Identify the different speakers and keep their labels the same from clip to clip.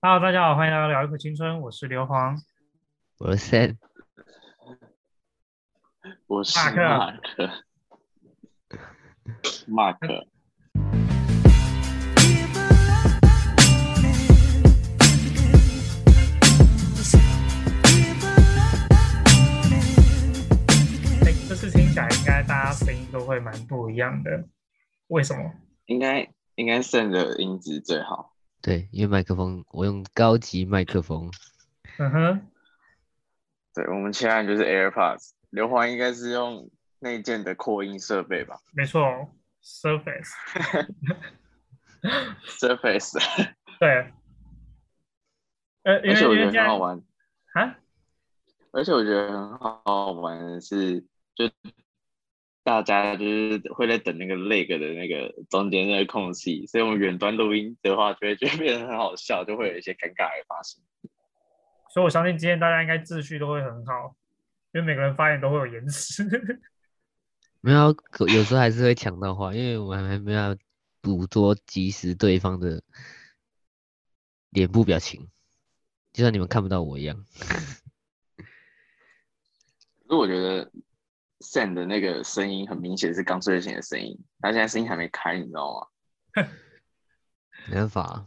Speaker 1: Hello，大家好，欢迎来到聊一部青春，我是刘皇。
Speaker 2: 我是 Sam，
Speaker 3: 我是
Speaker 1: 马克
Speaker 3: 马克，马克，
Speaker 4: Give up on it.
Speaker 1: 哎，这次听起来应该大家声音都会蛮不一样的，为什么？
Speaker 3: 应该应该 Sam 的音质最好。
Speaker 2: 对，因为麦克风我用高级麦克风，
Speaker 1: 嗯哼，
Speaker 3: 对我们现在就是 AirPods，刘华应该是用内建的扩音设备吧
Speaker 1: 没错，Surface，
Speaker 3: ，Surface，
Speaker 1: 对。呃，因
Speaker 3: 而
Speaker 1: 为
Speaker 3: 且
Speaker 1: 因
Speaker 3: 我觉
Speaker 1: 为现
Speaker 3: 得
Speaker 1: 在
Speaker 3: 很好玩，
Speaker 1: 啊，
Speaker 3: 而且我觉得很好玩的是，就大家就是会在等那个 leg 的那个中间那个空隙，所以我们远端录音的话，就会就会变得很好笑，就会有一些尴尬的发生。
Speaker 1: 所以我相信今天大家应该秩序都会很好，因为每个人发言都会有延迟。
Speaker 2: 没有，啊可有时候还是会抢到话，因为我们还没有捕捉及时对方的脸部表情，就像你们看不到我一样。
Speaker 3: 可是我觉得 Sam 的那个声音很明显是刚睡醒的声音，他现在声音还没开，你知道吗？
Speaker 2: 没办法，啊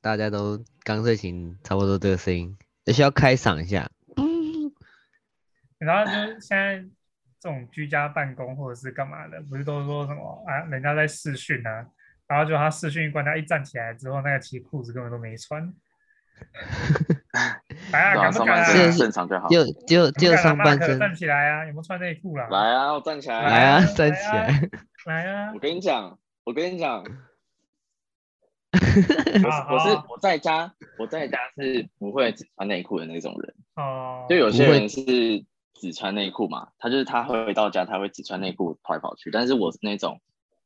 Speaker 2: 大家都刚睡醒，差不多这个声音，也需要开嗓一下。
Speaker 1: 然后就是现在这种居家办公或者是干嘛的，不是都说什么啊，人家在视讯啊，然后就他视讯一关，他一站起来之后，那个其实裤子根本都没 穿。来啊，
Speaker 3: 对啊
Speaker 1: 敢不
Speaker 3: 上
Speaker 1: 敢
Speaker 3: 半
Speaker 1: 啊？
Speaker 3: 身正常就好。
Speaker 2: 就就就上
Speaker 1: 敢啊马
Speaker 2: 半
Speaker 1: 克
Speaker 2: 身，
Speaker 1: 站起来啊！有没有穿内裤啦？
Speaker 3: 来啊，我站起来！
Speaker 2: 来啊，
Speaker 1: 来啊
Speaker 2: 站起来。
Speaker 1: 来啊
Speaker 3: 我！跟你讲，我跟你讲，
Speaker 1: 好
Speaker 3: 我是我是
Speaker 1: 好
Speaker 3: 我在家，我在家是不会只穿内裤的那种人。
Speaker 1: 哦，
Speaker 3: 就有些
Speaker 2: 不会
Speaker 3: 人是只穿内裤嘛，他就是他回到家他会只穿内裤跑来跑去，但是我是那种，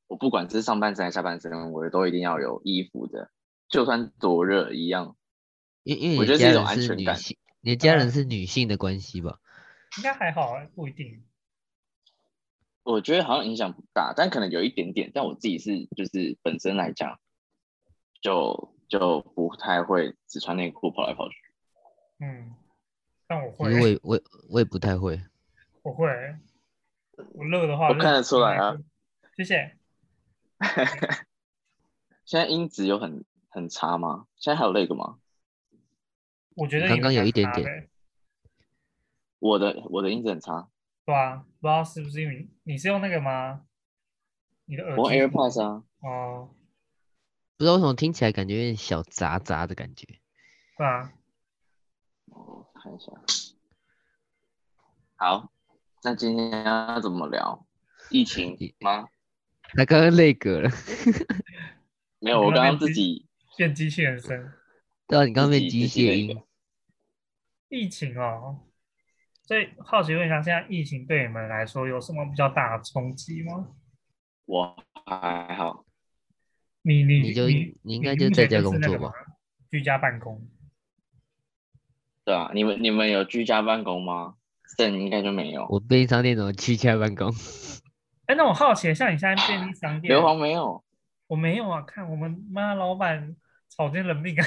Speaker 3: 我不管是上半身还是下半身，我都一定要有衣服的，就算多热一样。
Speaker 2: 因因
Speaker 3: 我
Speaker 2: 为
Speaker 3: 觉
Speaker 2: 你
Speaker 3: 得
Speaker 2: 家
Speaker 3: 是一种
Speaker 2: 人
Speaker 3: 安
Speaker 2: 是
Speaker 3: 全
Speaker 2: 女
Speaker 3: 感
Speaker 2: 性，你的家
Speaker 1: 嗯
Speaker 2: 人是女性的关系吧？
Speaker 1: 应该还好，啊不一定。
Speaker 3: 我觉得好像影响不大，但可能有一点点。但我自己是就是本身来讲，就就不太会只穿内裤跑来跑去。
Speaker 1: 嗯，但我
Speaker 2: 其实我
Speaker 1: 会，
Speaker 2: 也我也我也不太会。
Speaker 1: 我会，我热的话
Speaker 3: 我
Speaker 1: 就是
Speaker 3: 看得出来啊
Speaker 1: 穿内裤。谢谢。
Speaker 3: 现在音质有很很差吗？现在还有那个吗？
Speaker 1: 我觉得
Speaker 2: 你刚
Speaker 1: 你
Speaker 2: 刚
Speaker 1: 们
Speaker 2: 有一点
Speaker 1: 蛮搭
Speaker 2: 点
Speaker 1: 的欸，
Speaker 3: 我的我的音质很差，
Speaker 1: 对啊，不知道是不是因为你你是用那个吗？你的耳
Speaker 2: 嗯
Speaker 3: 我
Speaker 1: 机
Speaker 3: AirPods 啊，
Speaker 1: 哦，
Speaker 2: 不知道为什么听起来感觉有点小杂杂的感觉。
Speaker 1: 对啊，
Speaker 3: 我哦看一下。好，那今天要怎么聊？疫情吗？
Speaker 2: 他刚刚累嗝了，
Speaker 3: 没有，我刚刚自己
Speaker 1: 变机器人声。
Speaker 2: 对啊，你刚刚
Speaker 3: 自
Speaker 2: 变机
Speaker 3: 己自己
Speaker 2: 械
Speaker 3: 累
Speaker 2: 音
Speaker 3: 的，
Speaker 1: 疫情哦，所以好奇问一下，现在疫情对你们来说有什么比较大的冲击吗？
Speaker 3: 我还好，
Speaker 1: 你你
Speaker 2: 你 就
Speaker 1: 你
Speaker 2: 你应该
Speaker 1: 你
Speaker 2: 就
Speaker 1: 目
Speaker 2: 在
Speaker 1: 前
Speaker 2: 家
Speaker 1: 是
Speaker 2: 工
Speaker 1: 那
Speaker 2: 作
Speaker 1: 个
Speaker 2: 吧？
Speaker 1: 吗？居家办公，
Speaker 3: 对啊，你们你们有居家办公吗？这应该就没有。
Speaker 2: 我便利商店怎么居家办公？
Speaker 1: 哎，那我好奇，像你现在便利商店
Speaker 3: 刘，皇没有，啊
Speaker 1: 我没有啊，看我们妈老板草菅人命啊，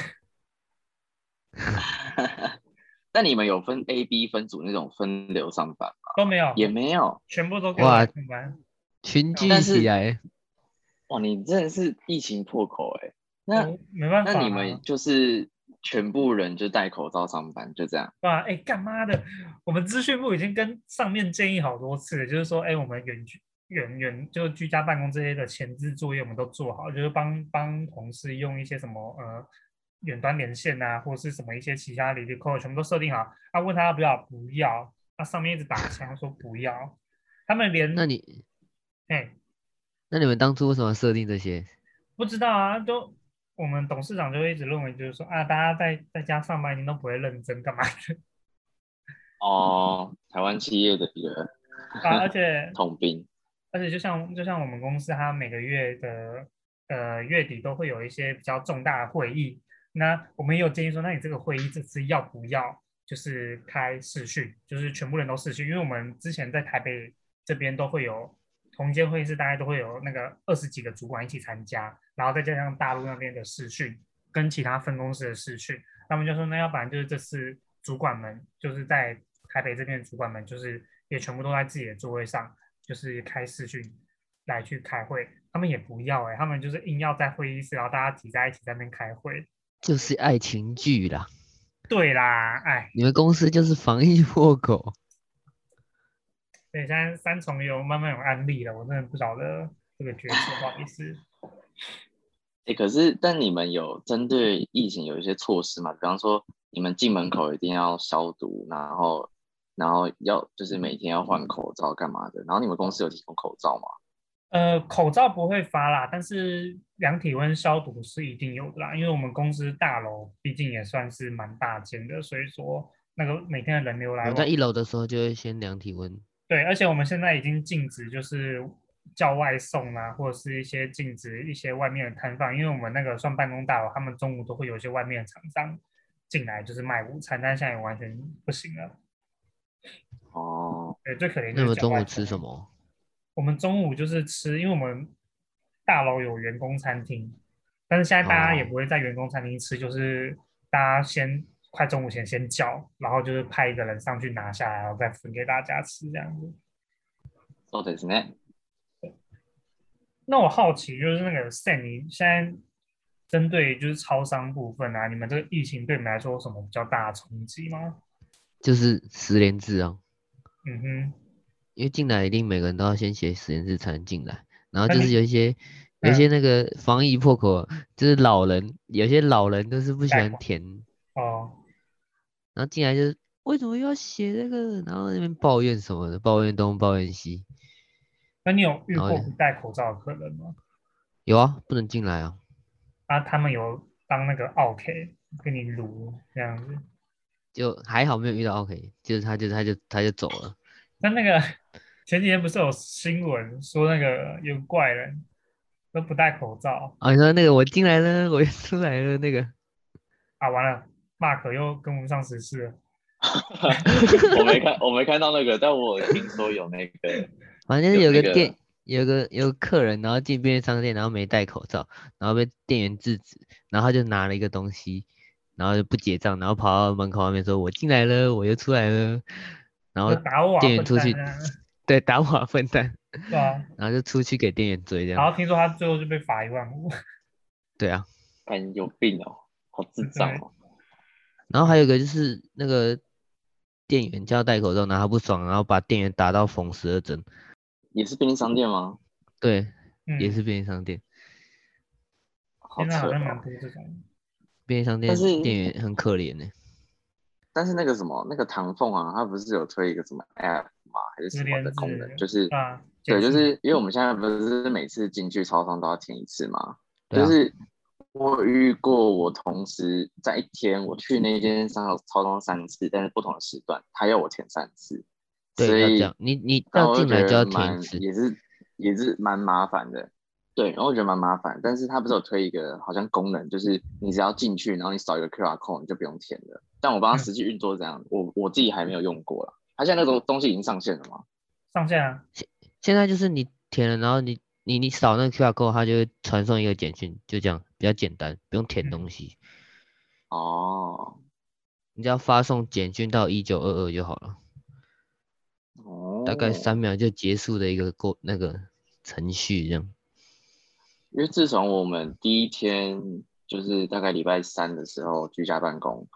Speaker 3: 但你们有分 A、B 分组那种分流上班吗？
Speaker 1: 都没有，
Speaker 3: 也没有。
Speaker 1: 全部都给
Speaker 2: 哇
Speaker 1: 我上班。
Speaker 2: 群聚
Speaker 3: 哦但是
Speaker 2: 起来，
Speaker 3: 哇，你真的是疫情破口哎、那、
Speaker 1: 我没办法、啊，
Speaker 3: 那你们就是全部人就戴口罩上班，就这样。
Speaker 1: 哇，哎，干妈的，我们资讯部已经跟上面建议好多次了，就是说，哎，我们远距远远就是居家办公这些的前置作业我们都做好，就是帮帮同事用一些什么呃远端连线啊，或是什么一些其他 l i 扣，全部都设定好。他、问他要不要，不要，他、上面一直打枪说不要，他们连
Speaker 2: 那你
Speaker 1: 哎
Speaker 2: 那你们当初为什么要设定这些？
Speaker 1: 不知道啊，都我们董事长就会一直认为就是说啊，大家在在家上班一定都不会认真干嘛 的
Speaker 3: 哦，
Speaker 1: 嗯
Speaker 3: 台湾企业的一个
Speaker 1: 啊，而且
Speaker 3: 统兵。
Speaker 1: 而且就像就像我们公司，它每个月的呃月底都会有一些比较重大的会议。那我们也有建议说，那你这个会议这次要不要就是开视讯，就是全部人都视讯？因为我们之前在台北这边都会有同间会议室，大概都会有那个二十几个主管一起参加，然后再加上大陆那边的视讯，跟其他分公司的视讯，他们就说那要不然就是这次主管们就是在台北这边的主管们就是也全部都在自己的座位上，就是开视讯来去开会，他们也不要哎、他们就是硬要在会议室，然后大家挤在一起在那边开会。
Speaker 2: 就是爱情剧啦。
Speaker 1: 对啦，哎，
Speaker 2: 你们公司就是防疫 破口，
Speaker 1: 对，现在三重有慢慢有案例了，我真的不晓得这个决策，不好意思。
Speaker 3: 哎、可是但你们有针对疫情有一些措施嘛？比方说你们进门口一定要消毒，然后然后要就是每天要换口罩干嘛的？然后你们公司有提供口罩吗？
Speaker 1: 呃，口罩不会发啦，但是量体温消毒是一定有的啦，因为我们公司大楼毕竟也算是蛮大间的，所以说那个每天的人流
Speaker 2: 我
Speaker 1: 来
Speaker 2: 们
Speaker 1: 往
Speaker 2: 在，一楼的时候就会先量体温，
Speaker 1: 对，而且我们现在已经禁止就是叫外送啊，或者是一些禁止一些外面的摊贩，因为我们那个算办公大楼，他们中午都会有一些外面的厂商进来就是卖午餐，但是现在也完全不行了。
Speaker 3: 哦，
Speaker 1: 对，最可怜就
Speaker 2: 那你
Speaker 1: 是
Speaker 2: 们
Speaker 1: 叫
Speaker 2: 中
Speaker 1: 外
Speaker 2: 午吃
Speaker 1: 送
Speaker 2: 什么？
Speaker 1: 我们中午就是吃，因为我们大楼有员工餐厅，但是现在大家也
Speaker 2: 哦
Speaker 1: 不会在员工餐厅吃，就是大家先快中午前先叫，然后就是派一个人上去拿下来，然后再分给大家吃这样子。
Speaker 3: そうですね。
Speaker 1: 那我好奇就是那个 Sam，你现在针对就是超商部分啊，你们这个疫情对你们来说有什么比较大的冲击吗？
Speaker 2: 就是十连制啊，
Speaker 1: 嗯哼，
Speaker 2: 因为进来一定每个人都要先写实验室才能进来，然后
Speaker 1: 那
Speaker 2: 就是
Speaker 1: 你
Speaker 2: 有一些有一
Speaker 1: 嗯
Speaker 2: 些那个防疫破口，就是老人有些老人都是不喜
Speaker 1: 盖
Speaker 2: 欢
Speaker 1: 房
Speaker 2: 填，
Speaker 1: 哦，
Speaker 2: 然后进来就是为什么又要写这个，然后那边抱怨什么的，抱怨东抱怨西，
Speaker 1: 那你有遇
Speaker 2: 然后
Speaker 1: 过
Speaker 2: 也
Speaker 1: 不戴口罩的客人吗？
Speaker 2: 有啊，不能进来啊，
Speaker 1: 啊，他们有当那个 OK 跟你撸这样子。
Speaker 2: 就还好没有遇到 OK，就是他就他就他就走了，
Speaker 1: 那那个前几天不是有新闻说那个有怪人都不戴口罩
Speaker 2: 啊，你说那个我进来了，我又出来了那个。
Speaker 1: 啊？完了，Mark 又跟我们上时事了。
Speaker 3: 我没看，我没看到那个，但我有听说有那个，
Speaker 2: 反正就是有
Speaker 3: 有那
Speaker 2: 个
Speaker 3: 个
Speaker 2: 店，有个有个客人，然后进便利商店，然后没戴口罩，然后被店员制止，然后他就拿了一个东西，然后就不结账，然后跑到门口外面说：“我进来了，我又出来了。”然后
Speaker 1: 就打我啊
Speaker 2: 店员
Speaker 1: 笨
Speaker 2: 出
Speaker 1: 蛋
Speaker 2: 去
Speaker 1: 这 样，
Speaker 2: 对，打我啊笨蛋，
Speaker 1: 对啊，
Speaker 2: 然后就出去给店员追这
Speaker 1: 然
Speaker 2: 样。
Speaker 1: 后听说他最后就被罚一万五，
Speaker 2: 对啊，
Speaker 3: 看有病哦，好智障哦。
Speaker 2: 然后还有一个就是那个店员叫他戴口罩，然后他不爽，然后把店员打到缝十二针。
Speaker 3: 也是便利商店吗？
Speaker 2: 对，
Speaker 1: 嗯，
Speaker 2: 也是便利商店，
Speaker 3: 好
Speaker 1: 现在
Speaker 3: 扯
Speaker 1: 好像蛮
Speaker 3: 哦。
Speaker 1: 多这种，
Speaker 2: 便利商店
Speaker 3: 是
Speaker 2: 店员很可怜呢、
Speaker 3: 但是那个什么，那个唐凤啊，他不是有推一个什么 app 吗？还是什么的功能？就是
Speaker 1: 对啊，
Speaker 3: 对，就
Speaker 1: 简讯
Speaker 3: 是因为我们现在不是每次进去超商都要填一次吗？
Speaker 2: 对
Speaker 3: 就
Speaker 2: 啊，
Speaker 3: 是我遇过，我同时在一天我去那间商超商三次，但是不同的时段，他要我填三次，
Speaker 2: 对，
Speaker 3: 所
Speaker 2: 要这
Speaker 3: 以
Speaker 2: 样，你你
Speaker 3: 但
Speaker 2: 要
Speaker 3: 我就
Speaker 2: 进来
Speaker 3: 觉
Speaker 2: 就要
Speaker 3: 得
Speaker 2: 填
Speaker 3: 蛮
Speaker 2: 一次。
Speaker 3: 也是也是蛮麻烦的。对，然后我觉得蛮麻烦，但是他不是有推一个好像功能，就是你只要进去，然后你扫一个 QR code，你就不用填了。但我不知道
Speaker 1: 嗯
Speaker 3: 实际运作是怎样，我我自己还没有用过啦。他现在那个东西已经上线了吗？
Speaker 1: 上线啊，
Speaker 2: 现在就是你填了，然后你你你扫那个 QR code，它就会传送一个简讯，就这样比较简单，不用填
Speaker 1: 嗯
Speaker 2: 东西，
Speaker 3: 哦
Speaker 2: 你只要发送简讯到一九二二就好了，
Speaker 3: 哦，
Speaker 2: 大概三秒就结束的一个过那个程序这样。
Speaker 3: 因为自从我们第一天就是大概礼拜三的时候居家办公，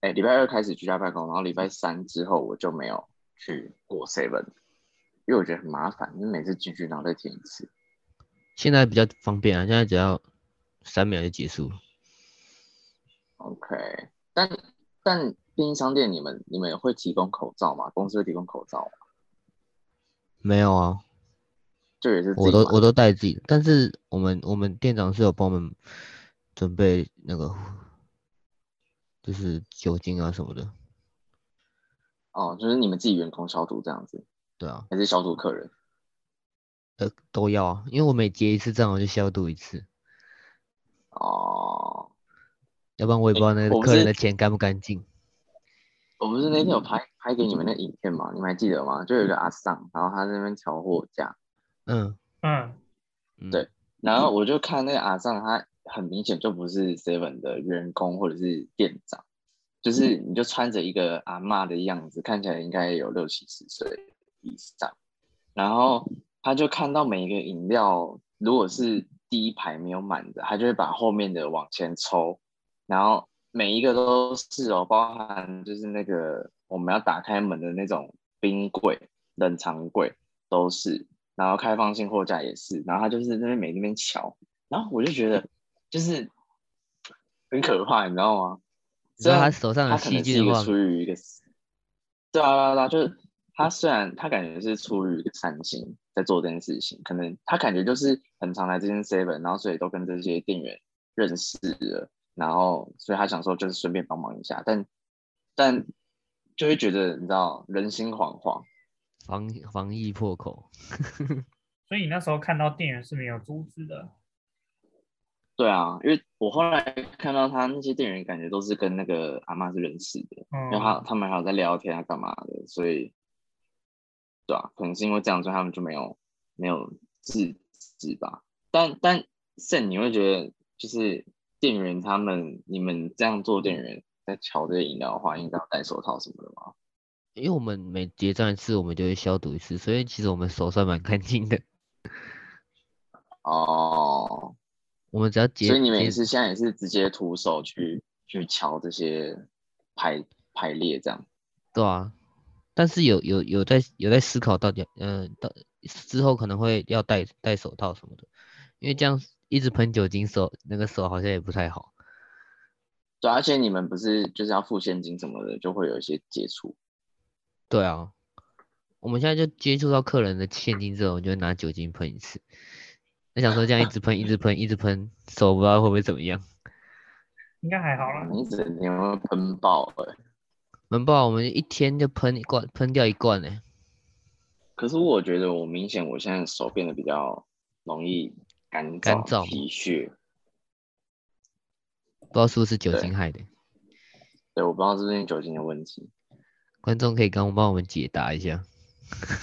Speaker 3: 哎，礼拜二开始居家办公，然后礼拜三之后我就没有去过 seven，因为我觉得很麻烦，就每次进去然后再填一次。
Speaker 2: 现在比较方便啊，现在只要三秒就结束了。
Speaker 3: OK，但但便利商店你们你们会提供口罩吗？公司会提供口罩吗？
Speaker 2: 没有啊，
Speaker 3: 就也是自己
Speaker 2: 我都
Speaker 3: 买
Speaker 2: 我都带自己的，但是我们我们店长是有帮我们准备那个就是酒精啊什么的，
Speaker 3: 哦，就是你们自己员工消毒这样子，
Speaker 2: 对啊，
Speaker 3: 还是消毒客人？
Speaker 2: 呃都要啊，因为我每结一次账我就消毒一次。
Speaker 3: 哦，
Speaker 2: 要不然我也不知道那个
Speaker 3: 我们
Speaker 2: 客人
Speaker 3: 是
Speaker 2: 的钱干不干净。
Speaker 3: 我不是那天
Speaker 2: 嗯
Speaker 3: 有拍拍给你们那影片吗？你们还记得吗？就有一个阿桑，然后他在那边调货架，
Speaker 2: 嗯，
Speaker 1: 嗯，
Speaker 2: 嗯
Speaker 3: 对然后我就看那个阿桑，他很明显就不是 Seven 的员工或者是店长，就是你就穿着一个阿嬷的样子，看起来应该有六七十岁以上，然后他就看到每一个饮料，如果是第一排没有满的，他就会把后面的往前抽，然后每一个都是哦，包含就是那个我们要打开门的那种冰柜、冷藏柜都是，然后开放性货架也是，然后他就是在那边每那边瞧，然后我就觉得就是很可怕，你知道吗？
Speaker 2: 你知道
Speaker 3: 虽
Speaker 2: 他
Speaker 3: 然
Speaker 2: 手上有
Speaker 3: 他可
Speaker 2: 细
Speaker 3: 能是
Speaker 2: 菌
Speaker 3: 一
Speaker 2: 的
Speaker 3: 个
Speaker 2: 话，
Speaker 3: 出于一个，对啊对啊对啊，就是他虽然他感觉是出于一个善心在做这件事情，可能他感觉就是很常来这间 seven，然后所以都跟这些店员认识了，然后所以他想说就是顺便帮忙一下，但但就会觉得你知道人心惶惶，
Speaker 2: 防防疫破口，
Speaker 1: 所以你那时候看到店员是没有阻止的。
Speaker 3: 对啊，因为我后来看到他那些店员感觉都是跟那个阿妈是认识的，因为他
Speaker 1: 嗯，
Speaker 3: 他们还有在聊天啊干嘛的，所以对啊，可能是因为这样，所以他们就没有没有制止吧。但但 Sam，你会觉得就是店员他们你们这样做，店员在瞧这些饮料的话，应该要戴手套什么的吗？
Speaker 2: 因为我们每结账一次，我们就会消毒一次，所以其实我们手算蛮干净的。
Speaker 3: 哦，
Speaker 2: 我们只要结，
Speaker 3: 所以你们也
Speaker 2: 结
Speaker 3: 是现在也是直接徒手去去瞧这些排排列这样。
Speaker 2: 对啊，但是有有有在有在思考到底，嗯、到之后可能会要戴戴手套什么的，因为这样一直喷酒精手，那个手好像也不太好。
Speaker 3: 对啊，而且你们不是就是要付现金什么的，就会有一些接触。
Speaker 2: 对啊，我们现在就接触到客人的现金之后，我们就会拿酒精喷一次。那想说这样一直喷，一直喷，一直喷，手不知道会不会怎么样。
Speaker 1: 应该还好 啦。
Speaker 3: 你一整天会喷爆哎、
Speaker 2: 门爆我们一天就喷一罐，喷掉一罐欸呢、
Speaker 3: 可是我觉得我明显我现在手变得比较容易干
Speaker 2: 干燥
Speaker 3: 皮屑，
Speaker 2: 不知道是不是酒
Speaker 3: 对
Speaker 2: 精害的。
Speaker 3: 对，我不知道是不是酒精的问题。
Speaker 2: 观众可以刚帮我们解答一下。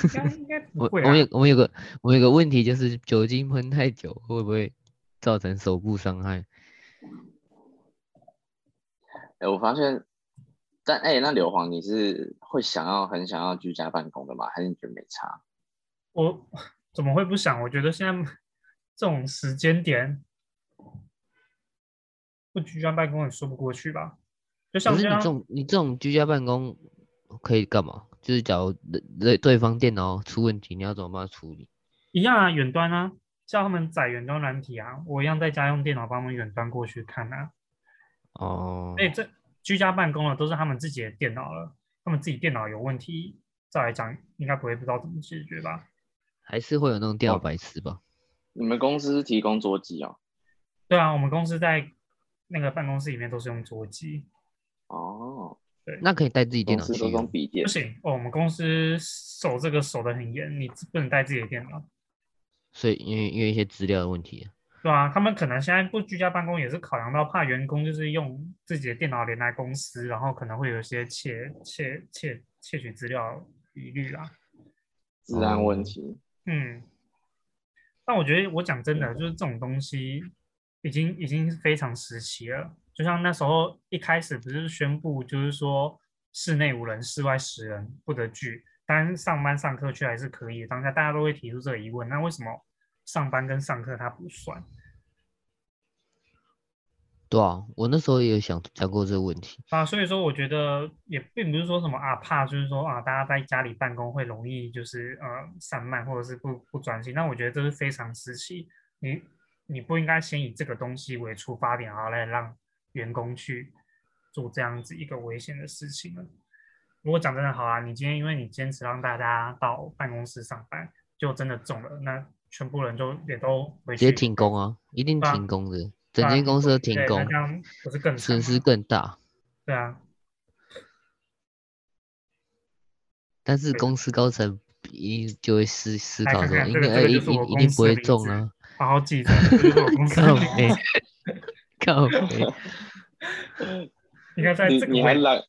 Speaker 1: 应该应该不
Speaker 2: 我
Speaker 1: 会
Speaker 2: 我们
Speaker 1: 啊
Speaker 2: 有。我们有个我们有个问题就是酒精喷太久会不会造成手部伤害？
Speaker 3: 哎、我发现，但哎、那硫磺你是会想要很想要居家办公的吗？还是你觉得没差？
Speaker 1: 我怎么会不想？我觉得现在这种时间点，不居家办公也说不过去吧。就像
Speaker 2: 可是
Speaker 1: 这
Speaker 2: 你
Speaker 1: 样
Speaker 2: 这，种你这种居家办公可以干嘛？就是假如对对对方电脑出问题，你要怎么帮他处理？
Speaker 1: 一样啊，远端啊，叫他们载远端软体啊，我一样在家用电脑帮他们远端过去看啊。
Speaker 2: 哦，
Speaker 1: 哎，这居家办公了，都是他们自己的电脑了，他们自己电脑有问题，再来讲应该不会不知道怎么解决吧？
Speaker 2: 还是会有那种电脑
Speaker 3: 哦
Speaker 2: 白痴吧？
Speaker 3: 你们公司是提供桌机哦？
Speaker 1: 对啊，我们公司在那个办公室里面都是用桌机，
Speaker 3: 哦，
Speaker 2: 那可以带自己电
Speaker 3: 公
Speaker 2: 脑
Speaker 3: 司
Speaker 2: 去啊
Speaker 3: 都用
Speaker 2: 用。
Speaker 3: 笔电
Speaker 1: 不。行哦，我们公司守这个守得很严，你不能带自己的电脑。
Speaker 2: 所以因为因为一些资料的问题啊，
Speaker 1: 对啊，他们可能现在不居家办公也是考量到怕员工就是用自己的电脑连来公司，然后可能会有一些窃窃窃窃取资料疑虑啦。
Speaker 3: 治安
Speaker 2: 哦
Speaker 3: 问题，
Speaker 1: 嗯，但我觉得我讲真的，就是这种东西已经已经非常时期了。就像那时候一开始不是宣布，就是说室内五人、室外十人不得聚，当然上班上课却还是可以。当下大家都会提出这个疑问，那为什么上班跟上课它不算？
Speaker 2: 对啊，我那时候也有想讲过这个问题，
Speaker 1: 啊，所以说我觉得也并不是说什么啊，怕就是说啊，大家在家里办公会容易就是呃散漫或者是不不专心。那我觉得这是非常时期，你你不应该先以这个东西为出发点，然后来让员工去做这样子一个危险的事情了。如果讲真的好啊，你今天因为你坚持让大家到办公室上班，就真的中了，那全部人就也都回
Speaker 2: 直接
Speaker 1: 去
Speaker 2: 停工啊，一定
Speaker 1: 对啊
Speaker 2: 停工的，
Speaker 1: 对
Speaker 2: 整
Speaker 1: 啊，
Speaker 2: 间公司都停
Speaker 1: 对那
Speaker 2: 工
Speaker 1: 这，样啊不是更惨
Speaker 2: 损
Speaker 1: 吗
Speaker 2: 失更大。
Speaker 1: 对啊。
Speaker 2: 但是
Speaker 1: 对
Speaker 2: 公司高层一定就会思思
Speaker 1: 来
Speaker 2: 考
Speaker 1: 看
Speaker 2: 说，
Speaker 1: 看
Speaker 2: 应
Speaker 1: 这个
Speaker 2: 该
Speaker 1: 这个
Speaker 2: 一
Speaker 1: 就是我
Speaker 2: 定一
Speaker 1: 公
Speaker 2: 定
Speaker 1: 司
Speaker 2: 不
Speaker 1: 的
Speaker 2: 会
Speaker 1: 名
Speaker 2: 中
Speaker 1: 字
Speaker 2: 啊，
Speaker 1: 好好记着，这就是我公司
Speaker 2: 靠哎
Speaker 1: 的名字
Speaker 2: 背靠 背，
Speaker 1: 应该在
Speaker 3: 你
Speaker 1: 这个
Speaker 3: 你
Speaker 1: 位，
Speaker 3: 还懒，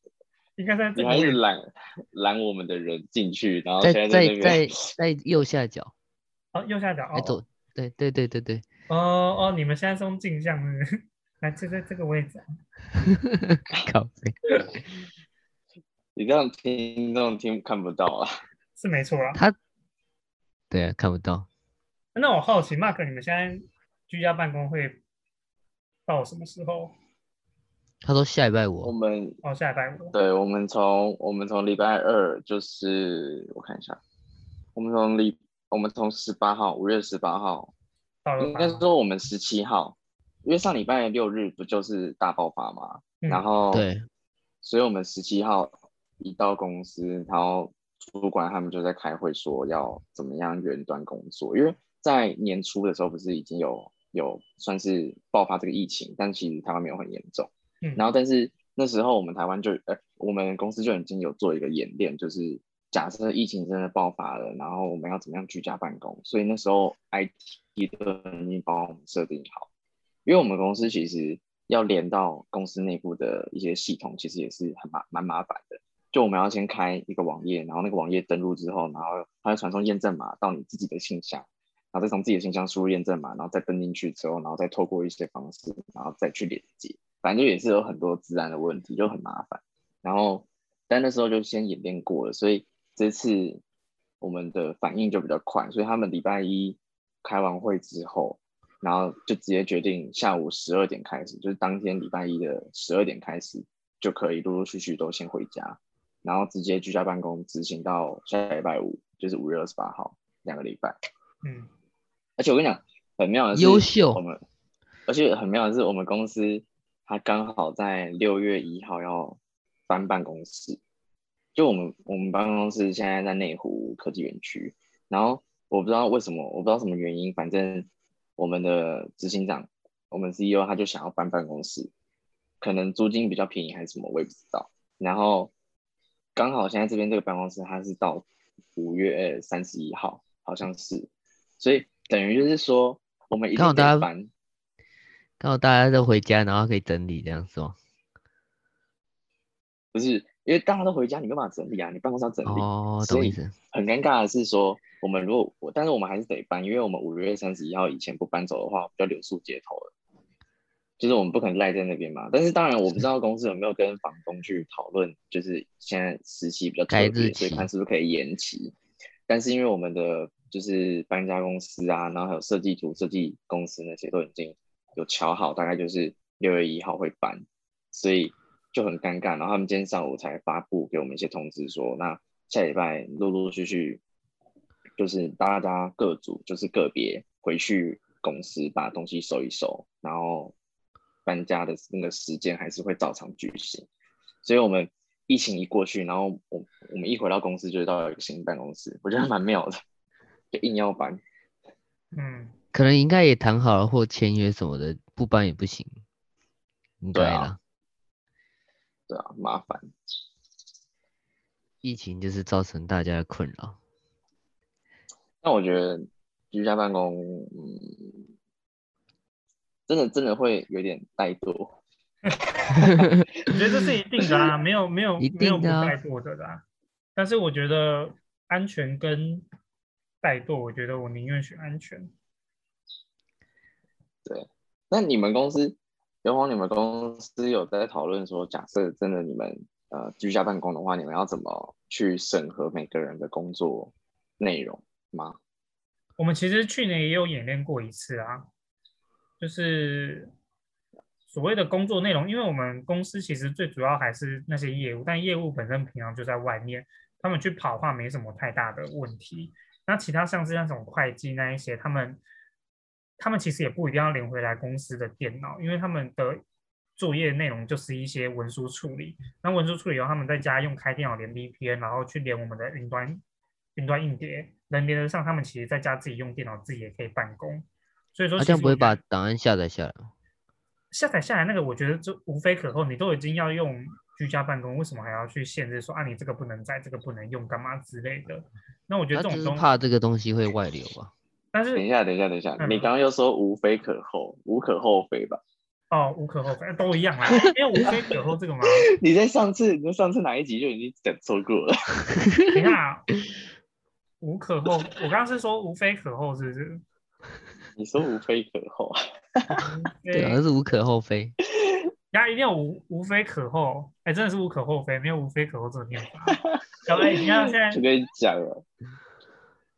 Speaker 1: 应该在这
Speaker 3: 你
Speaker 1: 个
Speaker 3: 还一直
Speaker 1: 位，
Speaker 3: 懒懒我们的人进去，然后现
Speaker 2: 在
Speaker 3: 在在
Speaker 2: 在
Speaker 3: 那边
Speaker 2: 在在右下角，
Speaker 1: 哦，右下角
Speaker 2: 在
Speaker 1: 哦，
Speaker 2: 左，对对对对对，
Speaker 1: 哦哦，你们现在是用镜像是不是？ 来，这在这个位置啊，
Speaker 2: 靠背，
Speaker 3: 你这样听众听看不到啊。
Speaker 1: 是没错啦。
Speaker 2: 他， 对啊，看不到。
Speaker 1: 那我好奇，Mark，你们现在居家办公会到什么时候？
Speaker 2: 他说下礼拜
Speaker 3: 我
Speaker 2: 五，
Speaker 3: 们
Speaker 1: 哦，下礼拜五。
Speaker 3: 对，我们从我们从礼拜二就是我看一下，我们从礼我们从十八号五月十八号，
Speaker 1: 到了
Speaker 3: 应该
Speaker 1: 吧？
Speaker 3: 说我们十七号，因为上礼拜六日不就是大爆发嘛，
Speaker 1: 嗯
Speaker 3: 然后
Speaker 2: 对，
Speaker 3: 所以我们十七号一到公司，然后主管他们就在开会说要怎么样远端工作，因为在年初的时候不是已经有有算是爆发这个疫情，但其实台湾没有很严重。
Speaker 1: 嗯
Speaker 3: 然后但是那时候我们台湾就呃我们公司就已经有做一个演练，就是假设疫情真的爆发了，然后我们要怎么样居家办公，所以那时候 IT 都已经帮我们设定好。因为我们公司其实要连到公司内部的一些系统，其实也是很麻蛮麻烦的。就我们要先开一个网页，然后那个网页登录之后，然后它会传送验证码到你自己的信箱，然后再从自己的信箱输入验证码，然后再登进去之后，然后再透过一些方式，然后再去连接。反正就也是有很多自然的问题，就很麻烦。然后，但那时候就先演练过了，所以这次我们的反应就比较快，所以他们礼拜一开完会之后，然后就直接决定下午十二点开始，就是当天礼拜一的十二点开始就可以陆陆续续都先回家，然后直接居家办公执行到下礼拜五，就是五月二十八号，两个礼拜。
Speaker 1: 嗯，
Speaker 3: 而且我跟你讲，很妙的是，
Speaker 2: 优秀
Speaker 3: 我们，而且很妙的是，我们公司它刚好在六月一号要搬办公室，就我们我们办公室现在在内湖科技园区，然后我不知道为什么，我不知道什么原因，反正我们的执行长，我们 CEO 他就想要搬办公室，可能租金比较便宜还是什么，我也不知道。然后刚好现在这边这个办公室它是到五月三十一号，好像是，所以等于就是说我们一
Speaker 2: 刚好
Speaker 3: 定
Speaker 2: 大家
Speaker 3: 得搬。
Speaker 2: 刚好大家都回家，然后可以整理这样是吗？
Speaker 3: 不是因为大家都回家，你干嘛整理啊？你办公室要整理，
Speaker 2: 哦，
Speaker 3: 所
Speaker 2: 懂意
Speaker 3: 以
Speaker 2: 思。
Speaker 3: 很尴尬的是说，我们如果我，但是我们还是得搬，因为我们五月三十一号以前不搬走的话，我们就留宿街头了。就是我们不可能赖在那边嘛。但是当然，我不知道公司有没有跟房东去讨论，就是现在时期比较
Speaker 2: 改
Speaker 3: 特
Speaker 2: 日
Speaker 3: 别，所以
Speaker 2: 期
Speaker 3: 看是不是可以延期。但是因为我们的就是搬家公司啊，然后还有设计图设计公司那些都已经有瞧好，大概就是六月一号会搬，所以就很尴尬。然后他们今天上午才发布给我们一些通知说，那下礼拜陆陆续续就是大家各组就是个别回去公司把东西收一收，然后搬家的那个时间还是会照常举行。所以我们疫情一过去，然后我我们一回到公司就到一个新办公室，我觉得还蛮妙的， 就硬要搬。
Speaker 1: 嗯，
Speaker 2: 可能应该也谈好了或签约什么的，不搬也不行，应
Speaker 3: 对
Speaker 2: 该
Speaker 3: 啊
Speaker 2: 啦。
Speaker 3: 对啊，麻烦。
Speaker 2: 疫情就是造成大家的困扰，
Speaker 3: 那我觉得居家办公，嗯，真的真的会有点怠惰。
Speaker 1: 我觉得这是一定的啊，没有没有
Speaker 2: 嗯一
Speaker 1: 没有
Speaker 2: 定
Speaker 1: 不
Speaker 2: 的啊
Speaker 1: 怠惰的啦。但是我觉得安全跟怠惰，我觉得我宁愿选安全。
Speaker 3: 那你们公司，刘皇，你们公司有在讨论说，假设真的你们呃居家办公的话，你们要怎么去审核每个人的工作内容吗？
Speaker 1: 我们其实去年也有演练过一次啊，就是所谓的工作内容，因为我们公司其实最主要还是那些业务，但业务本身平常就在外面，他们去跑的话没什么太大的问题。那其他像是那种会计那一些，他们他们其实也不一定要连回来公司的电脑，因为他们的作业内容就是一些文书处理，那文书处理以后，他们在家用开电脑连 VPN，然后去连我们的云端云端硬碟，能连得上。他们其实在家自己用电脑，自己也可以办公。所以说
Speaker 2: 他、
Speaker 1: 其实我觉得，
Speaker 2: 啊这样不会把档案下载下来吗？
Speaker 1: 下载下来那个，我觉得就无非可厚。你都已经要用居家办公，为什么还要去限制说啊你这个不能载，这个不能用，干嘛之类的？那我觉
Speaker 2: 他
Speaker 1: 得这
Speaker 2: 就
Speaker 1: 种
Speaker 2: 是
Speaker 1: 东西，
Speaker 2: 怕这个东西会外流啊吧？
Speaker 1: 但是
Speaker 3: 等一下，等一下，等一下，
Speaker 1: 嗯
Speaker 3: 你刚刚又说无非可厚，无可厚非吧？
Speaker 1: 哦无可厚非，都一样啦，因为无非可厚这个嘛。
Speaker 3: 你在上次，你在上次哪一集就已经讲错过了？
Speaker 1: 等一下啊，无可厚，我刚刚是说无非可厚，是不是？
Speaker 3: 你说无非可后，
Speaker 2: 对啊，这是无可厚非。
Speaker 1: 大家一定要无无非可后，哎、真的是无可厚非，没有无非可后这种念法。 小哎，你看现在
Speaker 3: 就跟你讲了。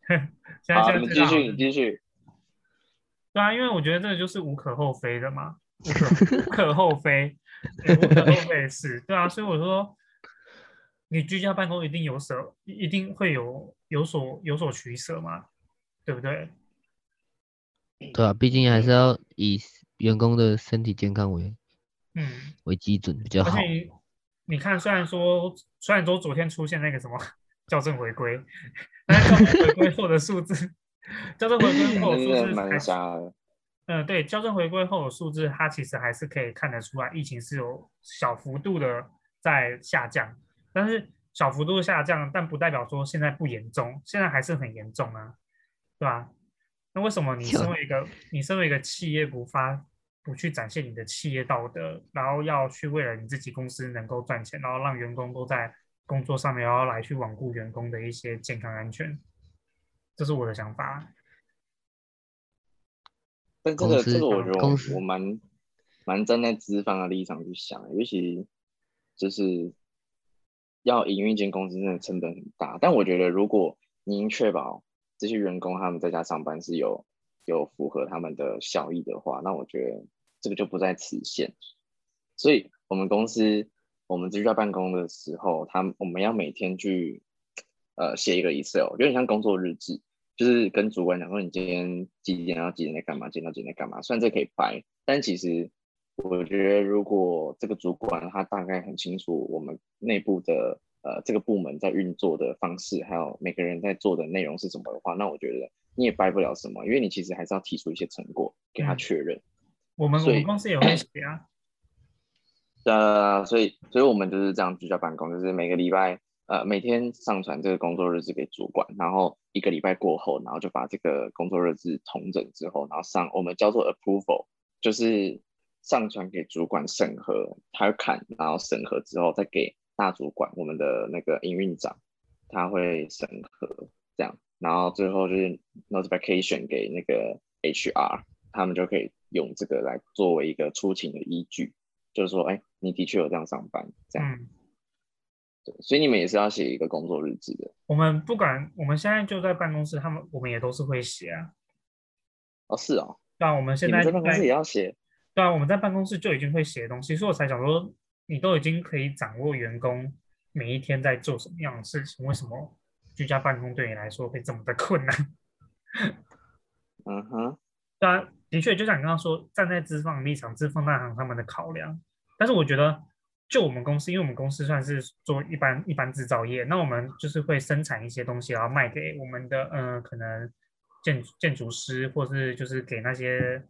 Speaker 1: 现在
Speaker 3: 好，
Speaker 1: 现在
Speaker 3: 你
Speaker 1: 最
Speaker 3: 继
Speaker 1: 大
Speaker 3: 续，你继续。
Speaker 1: 对啊，因为我觉得这个就是无可厚非的嘛，无可无可厚非，对无可厚非的事。对啊，所以我说，你居家办公一定有舍，一定会有有所有所取舍嘛，对不对？
Speaker 2: 对啊，毕竟还是要以员工的身体健康为
Speaker 1: 嗯，
Speaker 2: 为基准比较
Speaker 1: 而
Speaker 2: 好。
Speaker 1: 且你你看，虽然说虽然说昨天出现那个什么校正回归，但是校正回归后的数字， 校正回归后的
Speaker 3: 真
Speaker 1: 数
Speaker 3: 的
Speaker 1: 字还
Speaker 3: 蛮瞎的。
Speaker 1: 嗯，对，校正回归后的数字，它其实还是可以看得出来，疫情是有小幅度的在下降，但是小幅度下降，但不代表说现在不严重，现在还是很严重啊，对吧？那为什么你
Speaker 2: 小
Speaker 3: 啊
Speaker 1: 身为一个你身为一个企业不发不去展现你的企业道德，然后要去为了你自己公司能够赚钱，然后让员工都在工作上面，然后来去罔顾员工的一些健康安全，这是我的想法。啊
Speaker 3: 但这
Speaker 2: 公
Speaker 3: 个
Speaker 2: 司
Speaker 3: 这个，我觉得
Speaker 2: 公
Speaker 3: 我
Speaker 2: 司
Speaker 3: 我蛮蛮站在资方的立场去想，尤其就是要营运一间公司，真的成本很大。但我觉得，如果你已经确保这些员工他们在家上班是有有符合他们的效益的话，那我觉得这个就不在此限。所以我们公司我们居家办公的时候，他们我们要每天去呃写一个 Excel，有点像工作日志，就是跟主管讲说你今天几点到几点在干嘛，几点到几点在干嘛。虽然这可以掰，但其实我觉得如果这个主管他大概很清楚我们内部的呃这个部门在运作的方式，还有每个人在做的内容是什么的话，那我觉得你也掰不了什么，因为你其实还是要提出一些成果给他
Speaker 1: 嗯
Speaker 3: 确认。
Speaker 1: 我们我
Speaker 3: 所
Speaker 1: 们
Speaker 3: 以
Speaker 1: 公司也会写啊。
Speaker 3: 呃，所以所以我们就是这样居家办公，就是每个礼拜呃每天上传这个工作日志给主管，然后一个礼拜过后，然后就把这个工作日志统整之后，然后上我们叫做 approval，就是上传给主管审核，他会看，然后审核之后再给大主管我们的那个营运长，他会审核这样，然后最后就是 notification 给那个 HR，他们就可以用这个来作为一个出勤的依据。就是说，哎，你的确有这样上班，这样，
Speaker 1: 嗯，
Speaker 3: 对，所以你们也是要写一个工作日志的
Speaker 1: 我们不管，我们现在就在办公室，他们我们也都是会写啊。
Speaker 3: 哦，是哦，
Speaker 1: 对啊，我们现
Speaker 3: 你
Speaker 1: 在
Speaker 3: 们在办公室也要写，
Speaker 1: 对啊，我们在办公室就已经会写东西，所以我才想说，你都已经可以掌握员工每一天在做什么样的事情，为什么居家办公对你来说会这么的困难？
Speaker 3: 嗯哼，
Speaker 1: 对啊，的确，就像你刚刚说，站在资方的立场，资方当然有他们的考量。但是我觉得，就我们公司，因为我们公司算是做一般一般制造业，那我们就是会生产一些东西，然后卖给我们的呃，可能建建筑师，或是就是给那些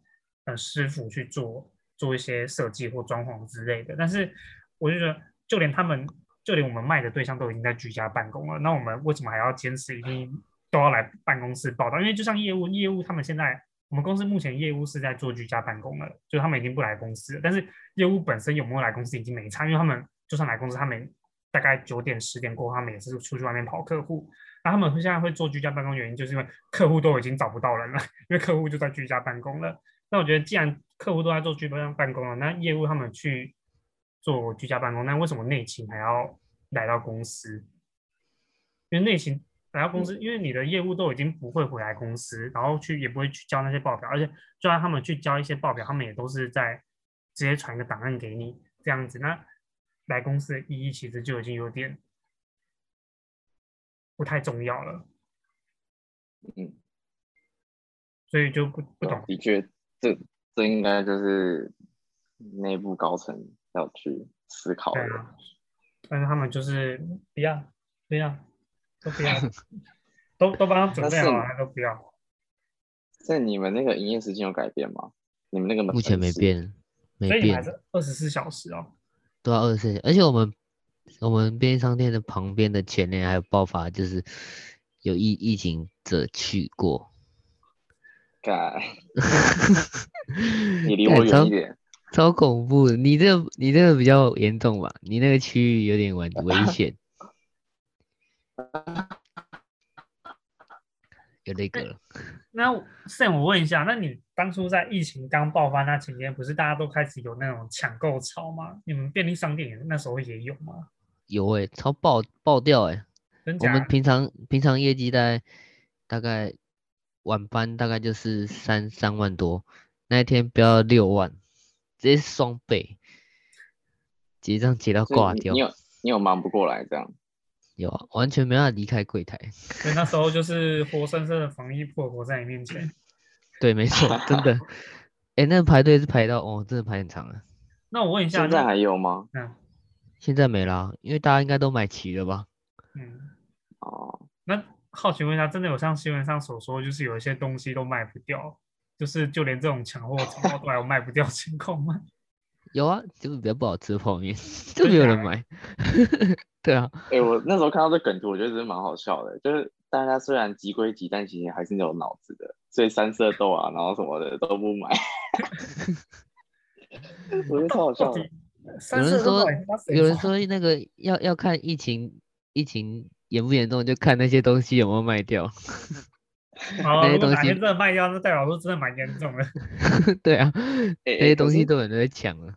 Speaker 1: 呃师傅去做做一些设计或装潢之类的。但是我就觉得，就连他们，就连我们卖的对象都已经在居家办公了，那我们为什么还要坚持一定都要来办公室报道？因为就像业务，业务他们现在我们公司目前业务是在做居家办公了，就他们已经不来公司了。但是业务本身有没有来公司已经没差，因为他们就算来公司，他们大概九点十点过后，他们也是出去外面跑客户。然后他们现在会做居家办公，原因就是因为客户都已经找不到人了，因为客户就在居家办公了。那我觉得，既然客户都在做居家办公了，啊那业务他们去做居家办公，那为什么内勤还要来到公司？因为内勤来到公司，因为你的业务都已经不会回来公司，然后去也不会去交那些报表，而且就算他们去交一些报表，他们也都是在直接传一个档案给你这样子。那来公司的意义其实就已经有点不太重要了，
Speaker 3: 嗯，
Speaker 1: 所以就不不懂。
Speaker 3: 的确，这这应该就是内部高层要去思考
Speaker 1: 对
Speaker 3: 的，
Speaker 1: 啊，但是他们就是不要，不要，都不要，都都帮他准
Speaker 3: 那
Speaker 1: 备
Speaker 3: 是
Speaker 1: 好
Speaker 3: 你
Speaker 1: 了，他都不要。
Speaker 3: 在你们那个营业时间有改变吗？你们那个
Speaker 2: 目前没
Speaker 3: 门市，
Speaker 2: 变，没
Speaker 1: 所以你们还
Speaker 2: 变，
Speaker 1: 是二十四小时哦。
Speaker 2: 都要二十四。而且我们我们便利商店的旁边的前年还有爆发，就是有疫疫情者去过。
Speaker 3: 改，你离我
Speaker 2: 干
Speaker 3: 远
Speaker 2: 超
Speaker 3: 一点，
Speaker 2: 超恐怖的！你这你这个比较严重吧？你那个区域有点 危危险。有那个了。
Speaker 1: 那 Sam，我问一下，那你当初在疫情刚爆发那期间，不是大家都开始有那种抢购潮吗？你们便利商店也那时候也有吗？
Speaker 2: 有诶、超爆爆掉诶、
Speaker 1: 真
Speaker 2: 我
Speaker 1: 假？
Speaker 2: 们平常平常业绩大概大概晚班大概就是三三万多，那一天飙到六万，直接双倍，结账结到
Speaker 3: 所以
Speaker 2: 挂
Speaker 3: 你
Speaker 2: 掉
Speaker 3: 你。有你有忙不过来这样，
Speaker 2: 有啊，完全没办法离开柜台。
Speaker 1: 所以那时候就是活生生的防疫破口在你面前。
Speaker 2: 对，没错，真 的。诶，那排队是排到哦，真的排很长啊。
Speaker 1: 那我问一下，
Speaker 3: 现在
Speaker 1: 那
Speaker 3: 还有吗？
Speaker 1: 嗯
Speaker 2: 现在没啦，因为大家应该都买齐了吧？
Speaker 1: 嗯，
Speaker 3: 哦，
Speaker 1: 那好奇问一下，真的有像新闻上所说，就是有一些东西都卖不掉，就是就连这种抢货潮都还有卖不掉情况吗？
Speaker 2: 有啊，就是比较不好吃的泡面，就
Speaker 1: 真
Speaker 2: 没有
Speaker 3: 啊
Speaker 1: 假
Speaker 2: 人
Speaker 1: 的
Speaker 2: 买。 对啊，
Speaker 3: 哎、我那时候看到这梗图，我觉得真的蛮好笑的。就是大家虽然急归急，但其实还是有脑子的，所以三色豆啊，然后什么的都不 买。我觉得超好笑
Speaker 1: 到
Speaker 3: 的哎
Speaker 1: 底。三
Speaker 2: 有
Speaker 1: 色
Speaker 2: 人
Speaker 1: 都
Speaker 2: 说
Speaker 1: 买他谁
Speaker 2: 有人
Speaker 1: 买
Speaker 2: 说那个要要看疫情，疫情严不严重，就看那些东西有没有卖掉。
Speaker 1: 好，
Speaker 2: 那些
Speaker 1: 哦如果
Speaker 2: 东
Speaker 1: 哪天真
Speaker 2: 西
Speaker 1: 的卖掉，那代表说真的蛮严重的。
Speaker 2: 对啊，
Speaker 3: 哎、
Speaker 2: 那
Speaker 3: 哎
Speaker 2: 些东西
Speaker 3: 可是
Speaker 2: 都有人在抢了。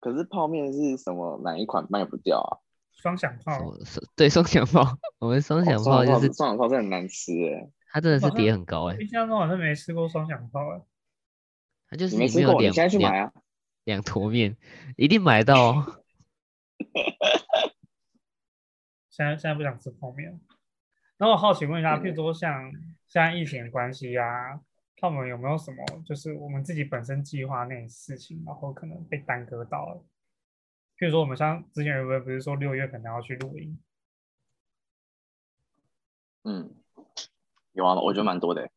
Speaker 3: 可是泡面是什么哪一款卖不掉啊？
Speaker 1: 双响
Speaker 2: 什
Speaker 1: 炮，
Speaker 2: 么双对双响炮，我们双响炮
Speaker 3: 哦双
Speaker 2: 就是
Speaker 3: 双响炮真的很难吃哎、
Speaker 2: 它真的
Speaker 1: 好
Speaker 2: 是
Speaker 1: 像
Speaker 2: 叠很高哎、
Speaker 1: 印象中好像没吃过双响炮哎。
Speaker 2: 它就是
Speaker 3: 你没
Speaker 2: 里面
Speaker 3: 吃
Speaker 2: 有
Speaker 3: 过，你
Speaker 2: 两
Speaker 3: 现在去买
Speaker 2: 两
Speaker 3: 啊。
Speaker 2: 两坨面，一定买 到哦。
Speaker 1: 现在现在不想吃泡面了。然后我好奇问一下，譬如说像现在疫情的关系啊，他们有没有什么就是我们自己本身计划内的事情，然后可能被耽搁到了？譬如说我们像之前有没有不是说六月可能要去露营？
Speaker 3: 嗯，有啊，我觉得蛮多的欸。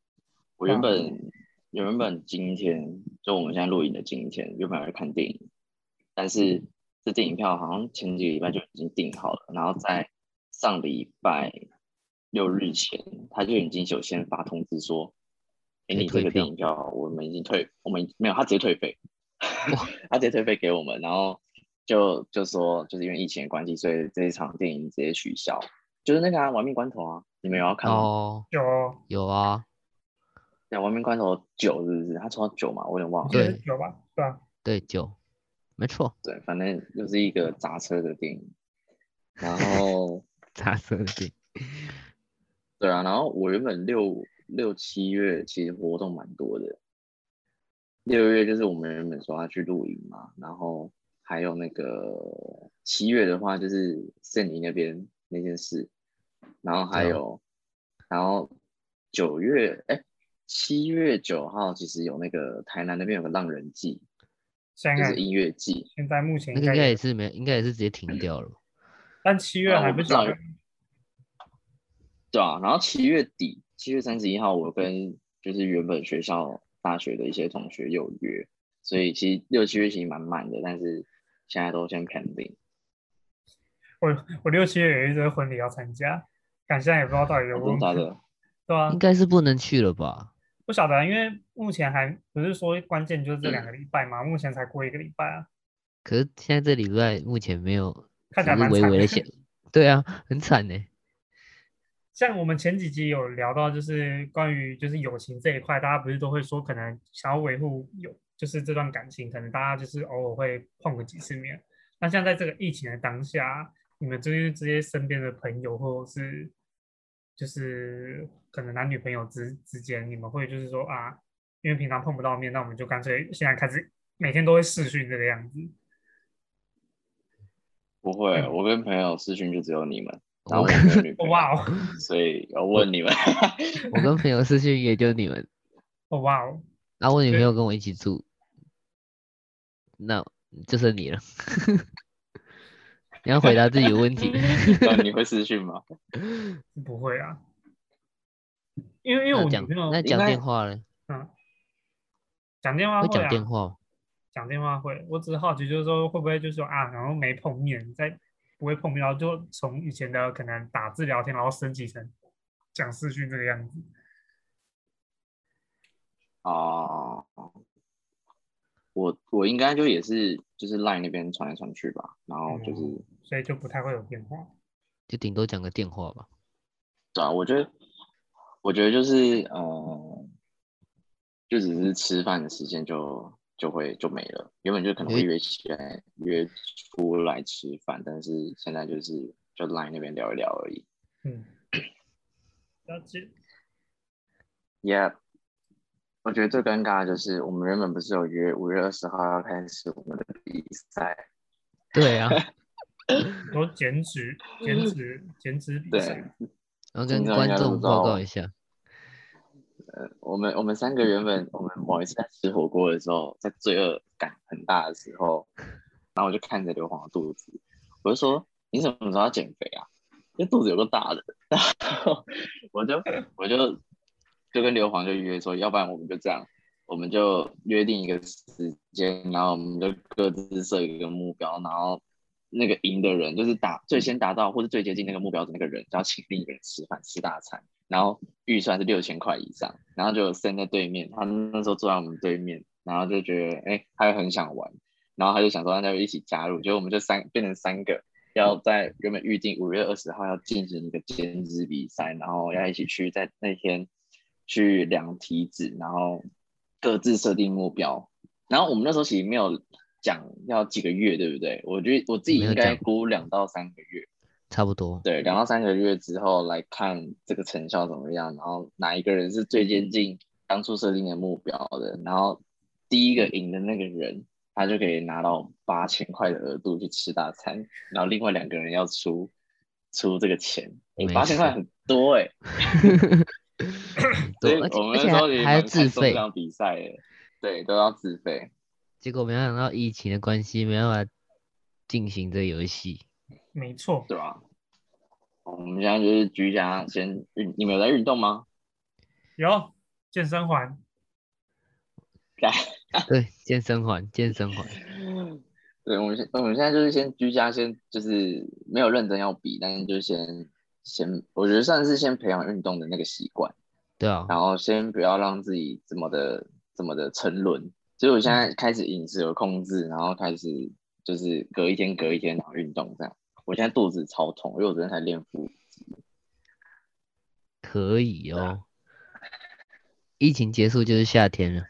Speaker 3: 我原
Speaker 2: 嗯
Speaker 3: 本原本今天就我们现在录影的今天，原本要去看电影，但是
Speaker 2: 嗯
Speaker 3: 这电影票好像前几个礼拜就已经订好了，然后在上礼拜六日前，他就已经有先发通知说，
Speaker 2: 可
Speaker 3: 哎、
Speaker 2: 以
Speaker 3: 你这
Speaker 2: 退
Speaker 3: 个电
Speaker 2: 票
Speaker 3: 影票我们已经退，我们没有，他直接退费，
Speaker 2: 哇
Speaker 3: 他直接退费给我们，然后就就说就是因为疫情的关系，所以这一场电影直接取消，就是那个啊，玩命关头啊，你们有要看吗？
Speaker 2: 哦，
Speaker 1: 有哦，
Speaker 2: 有啊，
Speaker 3: 对，亡命关头九是不是？他抽到九嘛，我有点忘
Speaker 1: 我
Speaker 3: 了。
Speaker 1: 记得
Speaker 2: 对
Speaker 1: 是有吧？对吧？
Speaker 2: 对酒，没错，
Speaker 3: 对，反正就是一个砸车的电影。然后
Speaker 2: 茶色的店
Speaker 3: 对啊，然后我原本六六七月其实活动蛮多的。六月就是我们原本说要去露营嘛，然后还有那个七月的话就是圣尼那边那件事，然后还
Speaker 2: 对啊
Speaker 3: 有，然后九月哎七月九号其实有那个台南那边有个浪人季，
Speaker 1: 现
Speaker 3: 就
Speaker 1: 在
Speaker 3: 是音乐季，
Speaker 1: 现在目前
Speaker 2: 那
Speaker 1: 应
Speaker 2: 个应该
Speaker 1: 该
Speaker 2: 也
Speaker 1: 有，
Speaker 2: 是没，应该也是直接停掉了。
Speaker 1: 但七月
Speaker 3: 啊
Speaker 1: 还
Speaker 3: 我
Speaker 1: 不
Speaker 3: 不知
Speaker 1: 晓
Speaker 3: 道
Speaker 1: 得。
Speaker 3: 对啊，然后七月底，七月三十一号，我跟就是原本学校大学的一些同学有约，所以其实六七月其实蛮满的，但是现在都先 pending。
Speaker 1: 我我六七月有一个婚礼要参加，但现在也不知道到底有没有
Speaker 3: 哦真的假的？
Speaker 1: 对啊
Speaker 2: 应，该是不能去了吧？
Speaker 1: 不晓得啊，因为目前还不是说关键就是这两个礼拜嘛，目前才过一个礼拜啊，
Speaker 2: 可是现在这礼拜目前没有，
Speaker 1: 看起来
Speaker 2: 只是
Speaker 1: 蛮
Speaker 2: 微
Speaker 1: 惨
Speaker 2: 微
Speaker 1: 的
Speaker 2: 的显，对啊，很惨呢。
Speaker 1: 像我们前几集有聊到，就是关于就是友情这一块，大家不是都会说，可能想要维护友，就是这段感情，可能大家就是偶尔会碰个几次面。那像在这个疫情的当下，你们就是这些身边的朋友，或者是就是可能男女朋友之之间，你们会就是说啊，因为平常碰不到面，那我们就干脆现在开始每天都会视讯这个样子。
Speaker 3: 不会，
Speaker 1: 嗯
Speaker 3: 我跟朋友私讯就只有你们，然后
Speaker 2: 我
Speaker 3: 我没有女朋友，
Speaker 1: 哇哦，
Speaker 3: 所以我问你们，
Speaker 2: 我跟朋友私讯也就你们，
Speaker 1: 哦哇哦，
Speaker 2: 然后我女
Speaker 1: 对
Speaker 2: 朋友跟我一起住，那就 剩你了。你要回答自己的问题，
Speaker 3: 那你会私讯吗？
Speaker 1: 不会啊，因为因为
Speaker 2: 那
Speaker 1: 我女
Speaker 2: 讲
Speaker 1: 朋友
Speaker 2: 那
Speaker 3: 应
Speaker 2: 讲
Speaker 3: 该
Speaker 2: 电话嘞，
Speaker 1: 嗯，讲电话
Speaker 2: 会
Speaker 1: 会
Speaker 2: 讲
Speaker 1: 啊，
Speaker 2: 电话吗，
Speaker 1: 讲电话会。我只是好奇，就是说会不会就是说啊，然后没碰面，再不会碰面，然后就从以前的可能打字聊天，然后升级成讲视讯这个样子。
Speaker 3: 哦，我我应该就也是就是 Line 那边传来传去吧，然后哦就是。
Speaker 1: 嗯所以就不太会有变化。
Speaker 2: 就顶多讲个电话吧。
Speaker 3: 对啊，我觉得我觉得就是呃，就只是吃饭的时间就就会就没了。原本就可能会
Speaker 2: 诶
Speaker 3: 约起来约出来吃饭，但是现在就是就 Line 那边聊一聊而已。
Speaker 1: 嗯，了解，
Speaker 3: Yeah，我觉得最尴尬的就是我们原本不是有约五月二十号要开始我们的比赛，
Speaker 2: 对 啊，
Speaker 1: 有减脂、减脂、减脂比赛
Speaker 3: 对，
Speaker 2: 然后
Speaker 3: 听
Speaker 2: 跟
Speaker 3: 众应
Speaker 2: 观
Speaker 3: 该都
Speaker 2: 众
Speaker 3: 知
Speaker 2: 报
Speaker 3: 道
Speaker 1: 啊
Speaker 2: 告一下，
Speaker 3: 我们我们三个原本我们某一次在吃火锅的时候，在罪恶感很大的时候，然后我就看着刘皇的肚子，我就说你什么时候要减肥啊？这肚子有个大的，然后 我就我就就跟刘皇就约说，要不然我们就这样，我们就约定一个时间，然后我们就各自设一个目标，然后那个赢的人就是达最先达到或者最接近那个目标的那个人，就要请另一个人吃饭吃大餐。然后预算是六千块以上，然后就有 Sam 在对面，他那时候坐在我们对面，然后就觉得哎、诶他也很想玩，然后他就想说大家一起加入，结果我们就三变成三个，要在原本预定五月二十号要进行一个兼职比赛，然后要一起去在那天去量体脂，然后各自设定目标，然后我们那时候其实没有讲要几个月，对不对？我觉得我自己
Speaker 2: 没有
Speaker 3: 应该
Speaker 2: 讲
Speaker 3: 估两到三个月。
Speaker 2: 差不多。
Speaker 3: 对，两到三个月之后来看这个成效怎么样，然后哪一个人是最
Speaker 2: 嗯
Speaker 3: 接近当初设定的目标的，然后第
Speaker 2: 嗯
Speaker 3: 一个赢的那个人，他就可以拿到八千块的额度去吃大餐，然后另外两个人要出出这个钱，
Speaker 2: 没
Speaker 3: 八千块
Speaker 2: 错
Speaker 3: 很多哎、所
Speaker 2: 对，
Speaker 3: 以
Speaker 2: 而且
Speaker 3: 我们
Speaker 2: 而
Speaker 3: 那时候
Speaker 2: 且
Speaker 3: 也
Speaker 2: 还还要
Speaker 3: 蛮看
Speaker 2: 自
Speaker 3: 重这
Speaker 2: 费，
Speaker 3: 场比赛的，对，都要自费。
Speaker 2: 结果没想到疫情的关系，没办法进行这游 戏。
Speaker 1: 没错，
Speaker 3: 对吧？我们现在就是居家先运，你们有在运动吗？
Speaker 1: 有健身环，
Speaker 2: 对，健身环，健身环，嗯
Speaker 3: 对，我们现我们现在就是先居家，先就是没有认真要比，但是就先先，我觉得算是先培养运动的那个习惯，
Speaker 2: 对啊，
Speaker 3: 然后先不要让自己这么的这么的沉沦。所以我现在开始饮食有控制，然后开始就是隔一天隔一天然后运动这样。我现在肚子超痛，因为我昨天才练腹
Speaker 2: 可以
Speaker 3: 啊
Speaker 2: 哦。疫情结束就是夏天 了，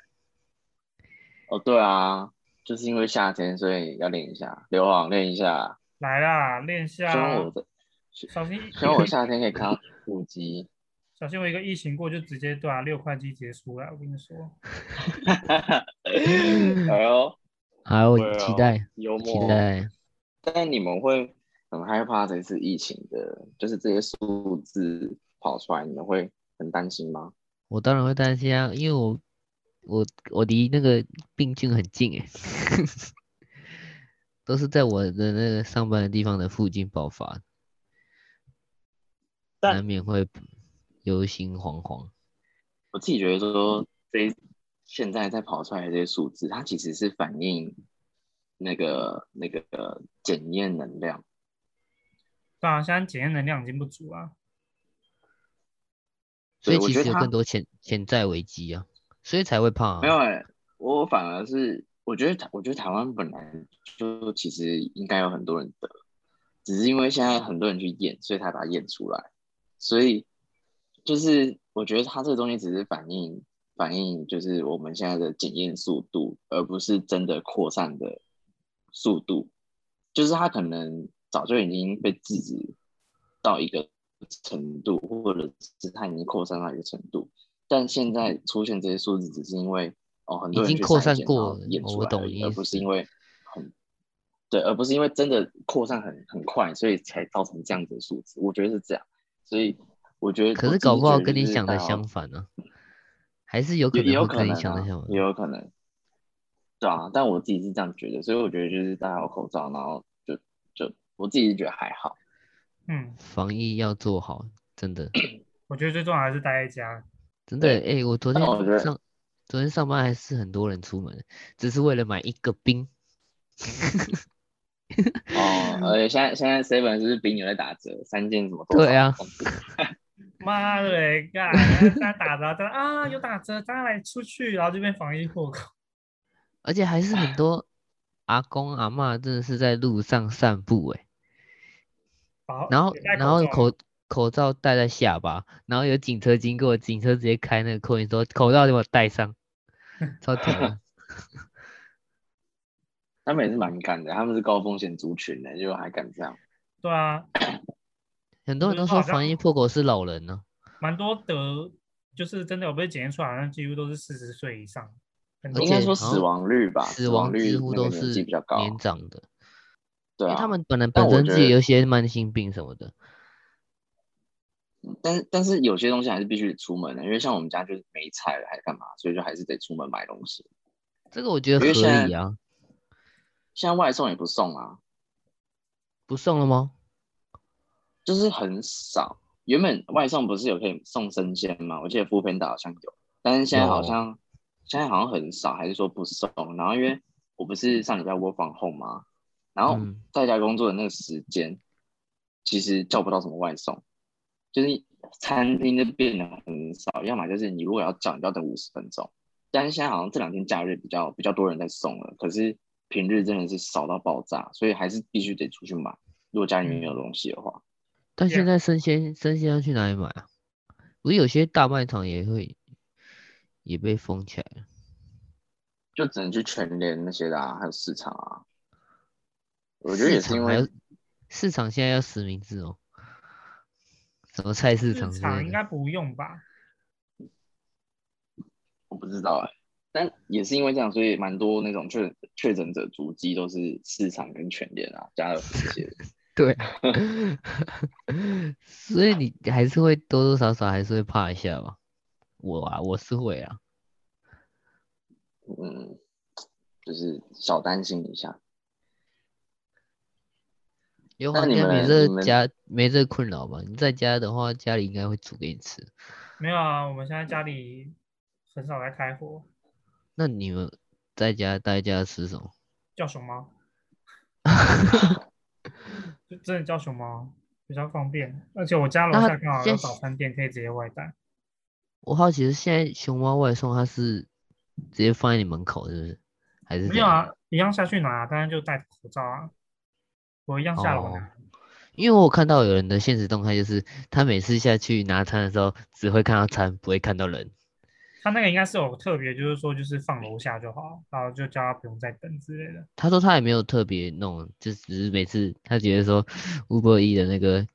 Speaker 3: 哦，对啊，就是因为夏天，所以要练一下，流网练一下。
Speaker 1: 来啦，练一下
Speaker 3: 希
Speaker 1: 啊
Speaker 3: 望我，的，
Speaker 1: 小心
Speaker 3: 希望我夏天可以看到 腹肌。
Speaker 1: 小心我一个疫情过就直接对啊，六块肌结束了，我跟你说，
Speaker 3: 哎呦，
Speaker 2: 好，我
Speaker 3: 对啊
Speaker 2: 期待，
Speaker 3: 幽默。
Speaker 2: 期待。
Speaker 3: 但你们会很害怕这次疫情的，就是这些数字跑出来，你们会很担心吗？
Speaker 2: 我当然会担心啊，因为我我我离那个病菌很近诶， 都是在我的那个上班的地方的附近爆发，
Speaker 3: 但
Speaker 2: 难免会忧心惶惶。
Speaker 3: 我自己觉得说，这现在在跑出来的这些数字，它其实是反映那个那个检验能量。
Speaker 1: 对啊，现在检验能量已经不足啊，
Speaker 2: 所以
Speaker 3: 对我
Speaker 2: 其
Speaker 3: 觉
Speaker 2: 实
Speaker 3: 得
Speaker 2: 有
Speaker 3: 他
Speaker 2: 更多潜潜在危机啊，所以才会怕
Speaker 3: 没有
Speaker 2: 啊。
Speaker 3: 哎、我反而是我觉得台，我觉得台湾本来就其实应该有很多人得，只是因为现在很多人去验，所以才把它验出来。所以就是我觉得它这个东西只是反映反映就是我们现在的检验速度，而不是真的扩散的速度。就是它可能早就已经被制止到一个程度，或者是它已经扩散到一个程度。但现在出现这些数字，只是因为哦，很多人
Speaker 2: 已经
Speaker 3: 去
Speaker 2: 扩
Speaker 3: 筛
Speaker 2: 散
Speaker 3: 检
Speaker 2: 过
Speaker 3: 然
Speaker 2: 了
Speaker 3: 后
Speaker 2: 哦
Speaker 3: 验
Speaker 2: 我
Speaker 3: 出来
Speaker 2: 懂
Speaker 3: 而
Speaker 2: 你
Speaker 3: 已，
Speaker 2: 意
Speaker 3: 而不
Speaker 2: 思
Speaker 3: 是因为很对，而不是因为真的扩散很很快，所以才造成这样子的数字。我觉得是这样，所以我觉得
Speaker 2: 可
Speaker 3: 我
Speaker 2: 是
Speaker 3: 自己
Speaker 2: 搞不好
Speaker 3: 觉得
Speaker 2: 跟
Speaker 3: 就
Speaker 2: 你
Speaker 3: 是
Speaker 2: 想的
Speaker 3: 大家哦
Speaker 2: 相反呢、还是有可
Speaker 3: 也也
Speaker 2: 能
Speaker 3: 有
Speaker 2: 会
Speaker 3: 可
Speaker 2: 跟
Speaker 3: 能
Speaker 2: 你想的
Speaker 3: 啊
Speaker 2: 相反
Speaker 3: 也。有可能，对啊。但我自己是这样觉得，所以我觉得就是戴好口罩，然后就就我自己是觉得还好。
Speaker 1: 嗯，
Speaker 2: 防疫要做好，真的。
Speaker 1: 我觉得最重要还是待在家，
Speaker 2: 真的，哎、
Speaker 3: 对
Speaker 2: 我昨
Speaker 3: 但
Speaker 2: 天
Speaker 3: 我觉得
Speaker 2: 上昨天上班还是很多人出门，只是为了买一个冰。
Speaker 3: 哦，而且现在现在 seven 是不是比你在打折，三件什么多少
Speaker 2: 对啊，
Speaker 1: 妈的嘞， 干，大家打折，大家啊有打折，大家来出去，然后这边防疫破口，
Speaker 2: 而且还是很多阿公阿嬷真的是在路上散步、欸，
Speaker 1: 然后
Speaker 2: 然后
Speaker 3: 哦
Speaker 1: 也戴
Speaker 2: 然后
Speaker 1: 罩
Speaker 2: 口口罩戴在下巴，然后有警车经过，警车直接开那个扣印说口罩给我戴 上，超屌的。
Speaker 3: 他们也是蛮敢的，他们是高风险族群的，结果还敢这样。
Speaker 1: 对啊，
Speaker 2: 很多人
Speaker 1: 就
Speaker 2: 都
Speaker 1: 是好
Speaker 2: 说防
Speaker 1: 像
Speaker 2: 疫破口是老人呢、
Speaker 1: 蛮多得就是真的有被检验出来，好像几乎都是四十岁以上，很
Speaker 2: 而
Speaker 1: 多
Speaker 3: 应
Speaker 2: 且
Speaker 3: 该
Speaker 1: 人
Speaker 3: 说
Speaker 2: 好像
Speaker 3: 死亡率吧，
Speaker 2: 死
Speaker 3: 亡
Speaker 2: 亡
Speaker 3: 率
Speaker 2: 几乎
Speaker 3: 那
Speaker 2: 都
Speaker 3: 个年纪
Speaker 2: 是
Speaker 3: 比较高，
Speaker 2: 年长的，
Speaker 3: 对
Speaker 2: 因
Speaker 3: 啊，
Speaker 2: 为他们本来
Speaker 3: 但
Speaker 2: 本
Speaker 3: 我
Speaker 2: 身
Speaker 3: 觉
Speaker 2: 自己
Speaker 3: 得
Speaker 2: 有一些慢性病什么的，
Speaker 3: 但但是有些东西还是必须得出门的，因为像我们家就是没菜了，还干嘛，所以就还是得出门买东西。
Speaker 2: 这个我觉得
Speaker 3: 因为现
Speaker 2: 合
Speaker 3: 在
Speaker 2: 理啊。
Speaker 3: 现在外送也不送啊，
Speaker 2: 不送了吗？
Speaker 3: 就是很少。原本外送不是有可以送生鲜吗？我记得 f o o p a n d a 好像有，但是现在好像现在好像很少，还是说不送。然后因为我不是上礼拜 work from home 吗？然后
Speaker 2: 嗯
Speaker 3: 在家工作的那个时间，其实叫不到什么外送，就是餐厅就变得很少，要么就是你如果要叫，你就要等五十分钟。但是现在好像这两天假日比较比较多人在送了，可是平日真的是少到爆炸，所以还是必须得出去买。如果家里面没有东西的话，
Speaker 2: 但
Speaker 1: 这
Speaker 2: 现
Speaker 1: 样
Speaker 2: 在生鲜生鲜要去哪里买啊？不是有些大卖场也会也被封起来了。
Speaker 3: 就只能去全联那些的、啊，还有市场啊。我觉得也
Speaker 2: 市
Speaker 3: 是
Speaker 2: 场
Speaker 3: 因
Speaker 2: 还
Speaker 3: 为
Speaker 2: 要市场现在要实名制哦，什么菜市场
Speaker 1: 市
Speaker 2: 之
Speaker 1: 场
Speaker 2: 类
Speaker 1: 应
Speaker 2: 的
Speaker 1: 该不用吧？
Speaker 3: 我不知道哎、但也是因为这样，所以蛮多那种确确诊者足迹都是市场跟全联啊、家乐福这些的。
Speaker 2: 对啊 所以你还是会多多少少还是会怕一下吧。我啊，我是会啊，
Speaker 3: 嗯，就是小担心一下。
Speaker 2: 因为
Speaker 3: 那
Speaker 2: 好像
Speaker 3: 你
Speaker 2: 没
Speaker 3: 们
Speaker 2: 这
Speaker 3: 你们
Speaker 2: 家没这困扰吧？你在家的话，家里应该会煮给你吃。
Speaker 1: 没有啊，我们现在家里很少在开火，
Speaker 2: 那你们在家待在家吃什么？
Speaker 1: 叫熊 猫，就真的叫熊猫比较方便，而且我家楼
Speaker 2: 那
Speaker 1: 下刚好有
Speaker 2: 现在
Speaker 1: 早餐店，可以直接外带。
Speaker 2: 我好奇是现在熊猫外送它是直接放在你门口是不是？还是
Speaker 1: 没
Speaker 2: 怎
Speaker 1: 有
Speaker 2: 样
Speaker 1: 啊，一样下去拿，当然就戴口罩啊。我一样下楼
Speaker 2: 哦
Speaker 1: 拿，
Speaker 2: 因为我看到有人的现实动态，就是他每次下去拿餐的时候，只会看到餐，不会看到人。
Speaker 1: 他那个应该是有特别，就是说就是放楼下就好，然后就叫他不用再等之类的。
Speaker 2: 他说他也没有特别弄，就只是每次他觉得说 Uber E 的那个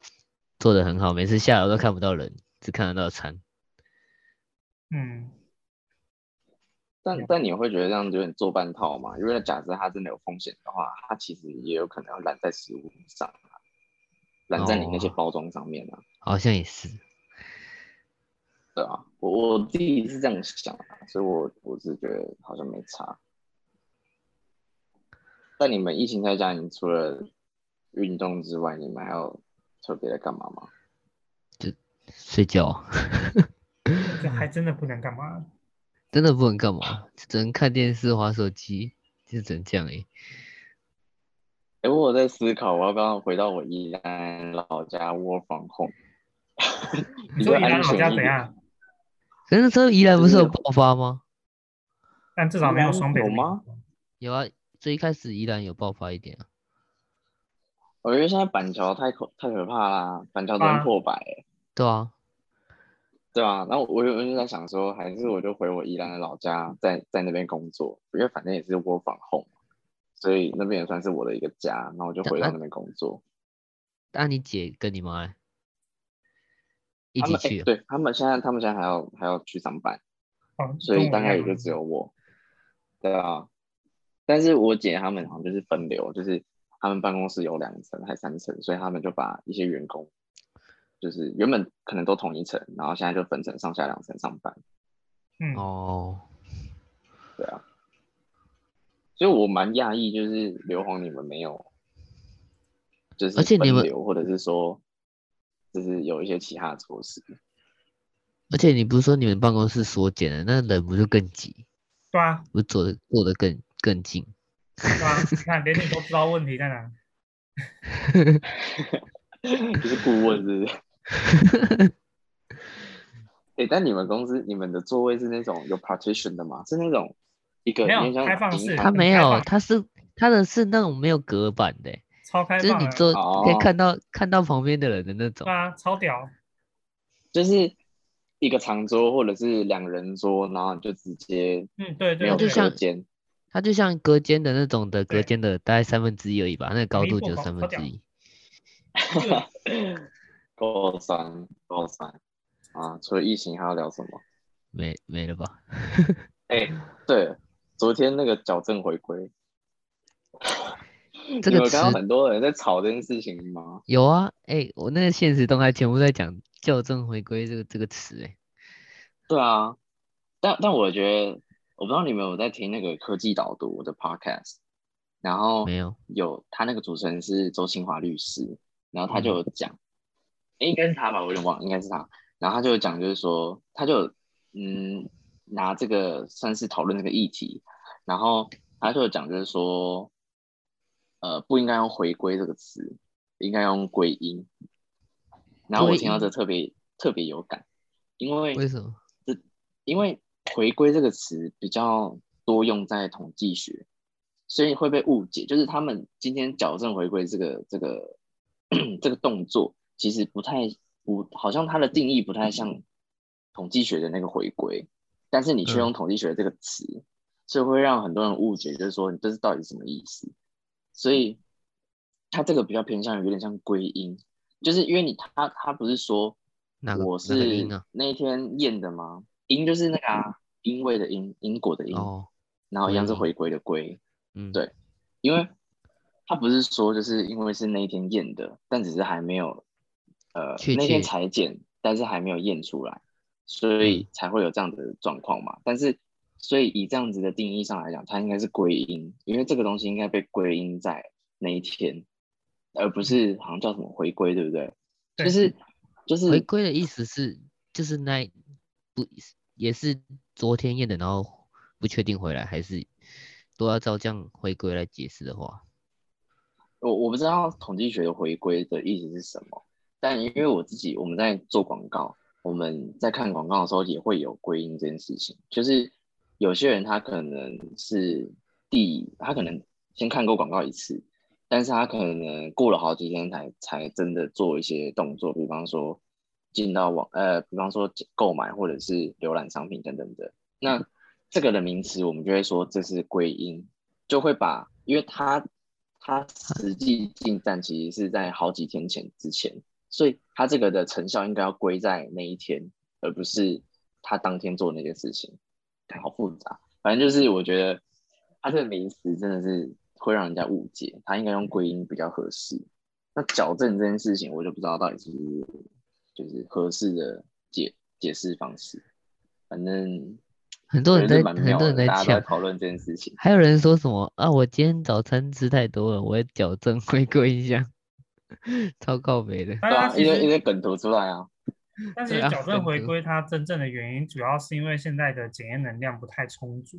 Speaker 2: 做的很好，每次下楼都看不到人，只看得到餐。
Speaker 1: 嗯，
Speaker 3: 但
Speaker 1: 嗯
Speaker 3: 但你会觉得这样有点做半套嘛？因为假设它真的有风险的话，它其实也有可能要揽在食物上啊，揽在你那些
Speaker 2: 哦
Speaker 3: 包装上面啊，
Speaker 2: 好像也是，
Speaker 3: 对啊，我我自己是这样想啊，所以我我是觉得好像没差。但你们疫情在家，你除了运动之外，你们还有特别的干嘛吗？
Speaker 2: 睡觉 啊
Speaker 1: 这
Speaker 3: 嗯
Speaker 1: 还真的不能干嘛。
Speaker 2: 真的不能干嘛，只能看电视、划手机，就只能这样而已。
Speaker 3: 哎、我有在思考，我要不要回到我宜兰老家窝房控？
Speaker 1: 你说宜兰
Speaker 3: 安
Speaker 1: 老
Speaker 3: 全
Speaker 1: 家怎
Speaker 3: 一点？
Speaker 1: 样？
Speaker 2: 可是这宜兰不是有
Speaker 3: 真的
Speaker 2: 爆发吗？
Speaker 1: 但至少没有
Speaker 3: 宜兰
Speaker 1: 双北
Speaker 3: 有
Speaker 1: 这么
Speaker 3: 吗
Speaker 1: 严重？
Speaker 2: 有啊，最一开始宜兰有爆发一点啊。
Speaker 3: 我觉得现在板桥太可太可怕啦，板桥真的
Speaker 1: 啊
Speaker 3: 破百、欸，
Speaker 2: 对啊，
Speaker 3: 对啊，那我有我就在想说，还
Speaker 2: 嗯
Speaker 3: 是我就回我宜兰的老家，在在那边工作，因为反正也是 work from home，所以那边也算是我的一个家，那我就
Speaker 2: 啊
Speaker 3: 回到那边工作。
Speaker 2: 那、啊你姐跟你妈欸一
Speaker 3: 他
Speaker 2: 起
Speaker 3: 们哎、
Speaker 2: 去啊、
Speaker 3: 对他们现在他们现在还要还要去上班，
Speaker 1: 哦，
Speaker 3: 所
Speaker 1: 跟
Speaker 3: 以
Speaker 1: 我
Speaker 3: 大
Speaker 1: 一样
Speaker 3: 概也就
Speaker 1: 啊
Speaker 3: 只有我。对啊，但是我姐他们好像就是分流，就是他们办公室有两层还三层，所以他们就把一些员工，就是原本可能都同一层，然后现在就分成上下两层上班。
Speaker 1: 嗯，
Speaker 2: 哦，
Speaker 3: 对啊，所以我蛮讶异，就是刘皇你们没有，就是
Speaker 2: 而且你们
Speaker 3: 分流或者是说，就是有一些其他的措施。
Speaker 2: 而且你不是说你们办公室缩减了，那人不就更挤，
Speaker 1: 对啊，
Speaker 2: 不是坐的坐的更更近？
Speaker 1: 对啊，你看连你都知道问题在哪。
Speaker 3: 就是顾问是不 是？哎、但你们公司你们的座位是那种有 partition 的吗？是那种一个
Speaker 1: 没有
Speaker 3: 点像
Speaker 1: 开放
Speaker 3: 银
Speaker 1: 式
Speaker 3: 行
Speaker 2: 他
Speaker 1: 很
Speaker 2: 没
Speaker 1: 开
Speaker 2: 有，
Speaker 1: 放
Speaker 2: 他是他的是那种没有隔板的欸，
Speaker 1: 超开
Speaker 2: 就是
Speaker 1: 放
Speaker 2: 你
Speaker 1: 的，
Speaker 2: 坐可以
Speaker 3: 哦
Speaker 2: 看到看到旁边的人的那种
Speaker 1: 对。啊，超屌，
Speaker 3: 就是一个长桌或者是两人桌，然后你就直接
Speaker 1: 嗯，对
Speaker 3: 没
Speaker 1: 对
Speaker 3: 有
Speaker 2: 就
Speaker 1: 对，
Speaker 2: 像
Speaker 3: 隔间，
Speaker 2: 它就像隔间的那种的，隔
Speaker 1: 对
Speaker 2: 间的大概三分之一而已吧，那个高
Speaker 1: 没
Speaker 2: 度
Speaker 1: 错
Speaker 2: 就
Speaker 1: 搞
Speaker 2: 三
Speaker 1: 搞
Speaker 2: 分
Speaker 1: 屌
Speaker 2: 之一。
Speaker 1: 这个
Speaker 3: 够酸够酸啊！除了疫情还要聊什么？
Speaker 2: 没没了 吧？
Speaker 3: 哎、
Speaker 1: 嗯
Speaker 3: 对，昨天那个矫正回归，
Speaker 2: 这
Speaker 3: 你
Speaker 2: 个
Speaker 3: 们
Speaker 2: 词
Speaker 3: 刚刚很多人在吵这件事情吗？
Speaker 2: 有啊，哎、我那个现实动态全部在讲“校正回归”这个这个词、哎，
Speaker 3: 对啊，但但我觉得，我不知道你们有在听那个科技导读的 podcast，然后
Speaker 2: 没有，
Speaker 3: 有他那个主持人是周清华律师，然后他
Speaker 2: 嗯
Speaker 3: 就有讲，诶应该是他吧，我有点忘了，应该是他。然后他就有讲，就是说，他就有嗯拿这个算是讨论这个议题，然后他就有讲，就是说，呃，不应该用回归这个词，应该用归因。然后我
Speaker 2: 归
Speaker 3: 听到
Speaker 2: 因
Speaker 3: 这特别特别有感，因为
Speaker 2: 为什么？
Speaker 3: 因为“回归”这个词比较多用在统计学，所以会被误解。就是他们今天矫正回归这个这个这个动作，其实不太不，好像它的定义不太像统计学的那个回归，但是你
Speaker 2: 嗯
Speaker 3: 却用统计学这个词，所以会让很多人误解，就是说你这是到底是什么意思？所以它这个比较偏向于有点像归因，就是因为你他他不是说
Speaker 2: 哪个
Speaker 3: 我
Speaker 2: 哪个
Speaker 3: 是
Speaker 2: 音啊？
Speaker 3: 那一天验的吗？因就是那个啊，因为的因，因果的因，
Speaker 2: 哦，
Speaker 3: 然后一样是
Speaker 2: 归
Speaker 3: 回归的归，
Speaker 2: 嗯，
Speaker 3: 对因为他不是说就是因为是那一天验的，但只是还没有呃
Speaker 2: 确
Speaker 3: 那
Speaker 2: 切
Speaker 3: 天
Speaker 2: 嗯
Speaker 3: 裁剪，但是还没有验出来，所以才会有这样的状况嘛。但是所以以这样子的定义上来讲，它应该是归因，因为这个东西应该被归因在那一天，而不是好像叫什么回归，对不对？
Speaker 1: 对
Speaker 3: 就是就是
Speaker 2: 回归的意思是就是那一不也是昨天验的，然后不确定回来，还是都要照这样回归来解释的话，
Speaker 3: 我我不知道统计学的回归的意思是什么，但因为我自己我们在做广告，我们在看广告的时候也会有归因这件事情，就是有些人他可能是第他可能先看过广告一次，但是他可能过了好几天才才真的做一些动作，比方说进到网呃，比方说购买或者是浏览商品等等的。那这个的名词，我们就会说这是归因，就会把，因为它它实际进站其实是在好几天前之前，所以它这个的成效应该要归在那一天，而不是他当天做的那件事情。看好复杂，反正就是我觉得它这个名词真的是会让人家误解，它应该用归因比较合适。那矫正这件事情，我就不知道到底是不是就是合适的解解释方式。反正
Speaker 2: 很多人在
Speaker 3: 我觉得是蛮
Speaker 2: 很
Speaker 3: 妙
Speaker 2: 多
Speaker 3: 的
Speaker 2: 人在
Speaker 3: 大家都在
Speaker 2: 抢。
Speaker 3: 讨论这件事情。
Speaker 2: 还有人说什么啊？我今天早餐吃太多了，我要矫正回归一下， 超告别的。
Speaker 1: 但
Speaker 3: 对
Speaker 1: 是它
Speaker 3: 啊，
Speaker 1: 其
Speaker 3: 一堆一
Speaker 1: 实
Speaker 3: 堆梗图出来啊，
Speaker 1: 但其
Speaker 2: 对
Speaker 1: 实
Speaker 2: 啊
Speaker 1: 矫正
Speaker 2: 很
Speaker 1: 回
Speaker 2: 多
Speaker 1: 归它真正的原因，主要是因为现在的检验能量不太充足，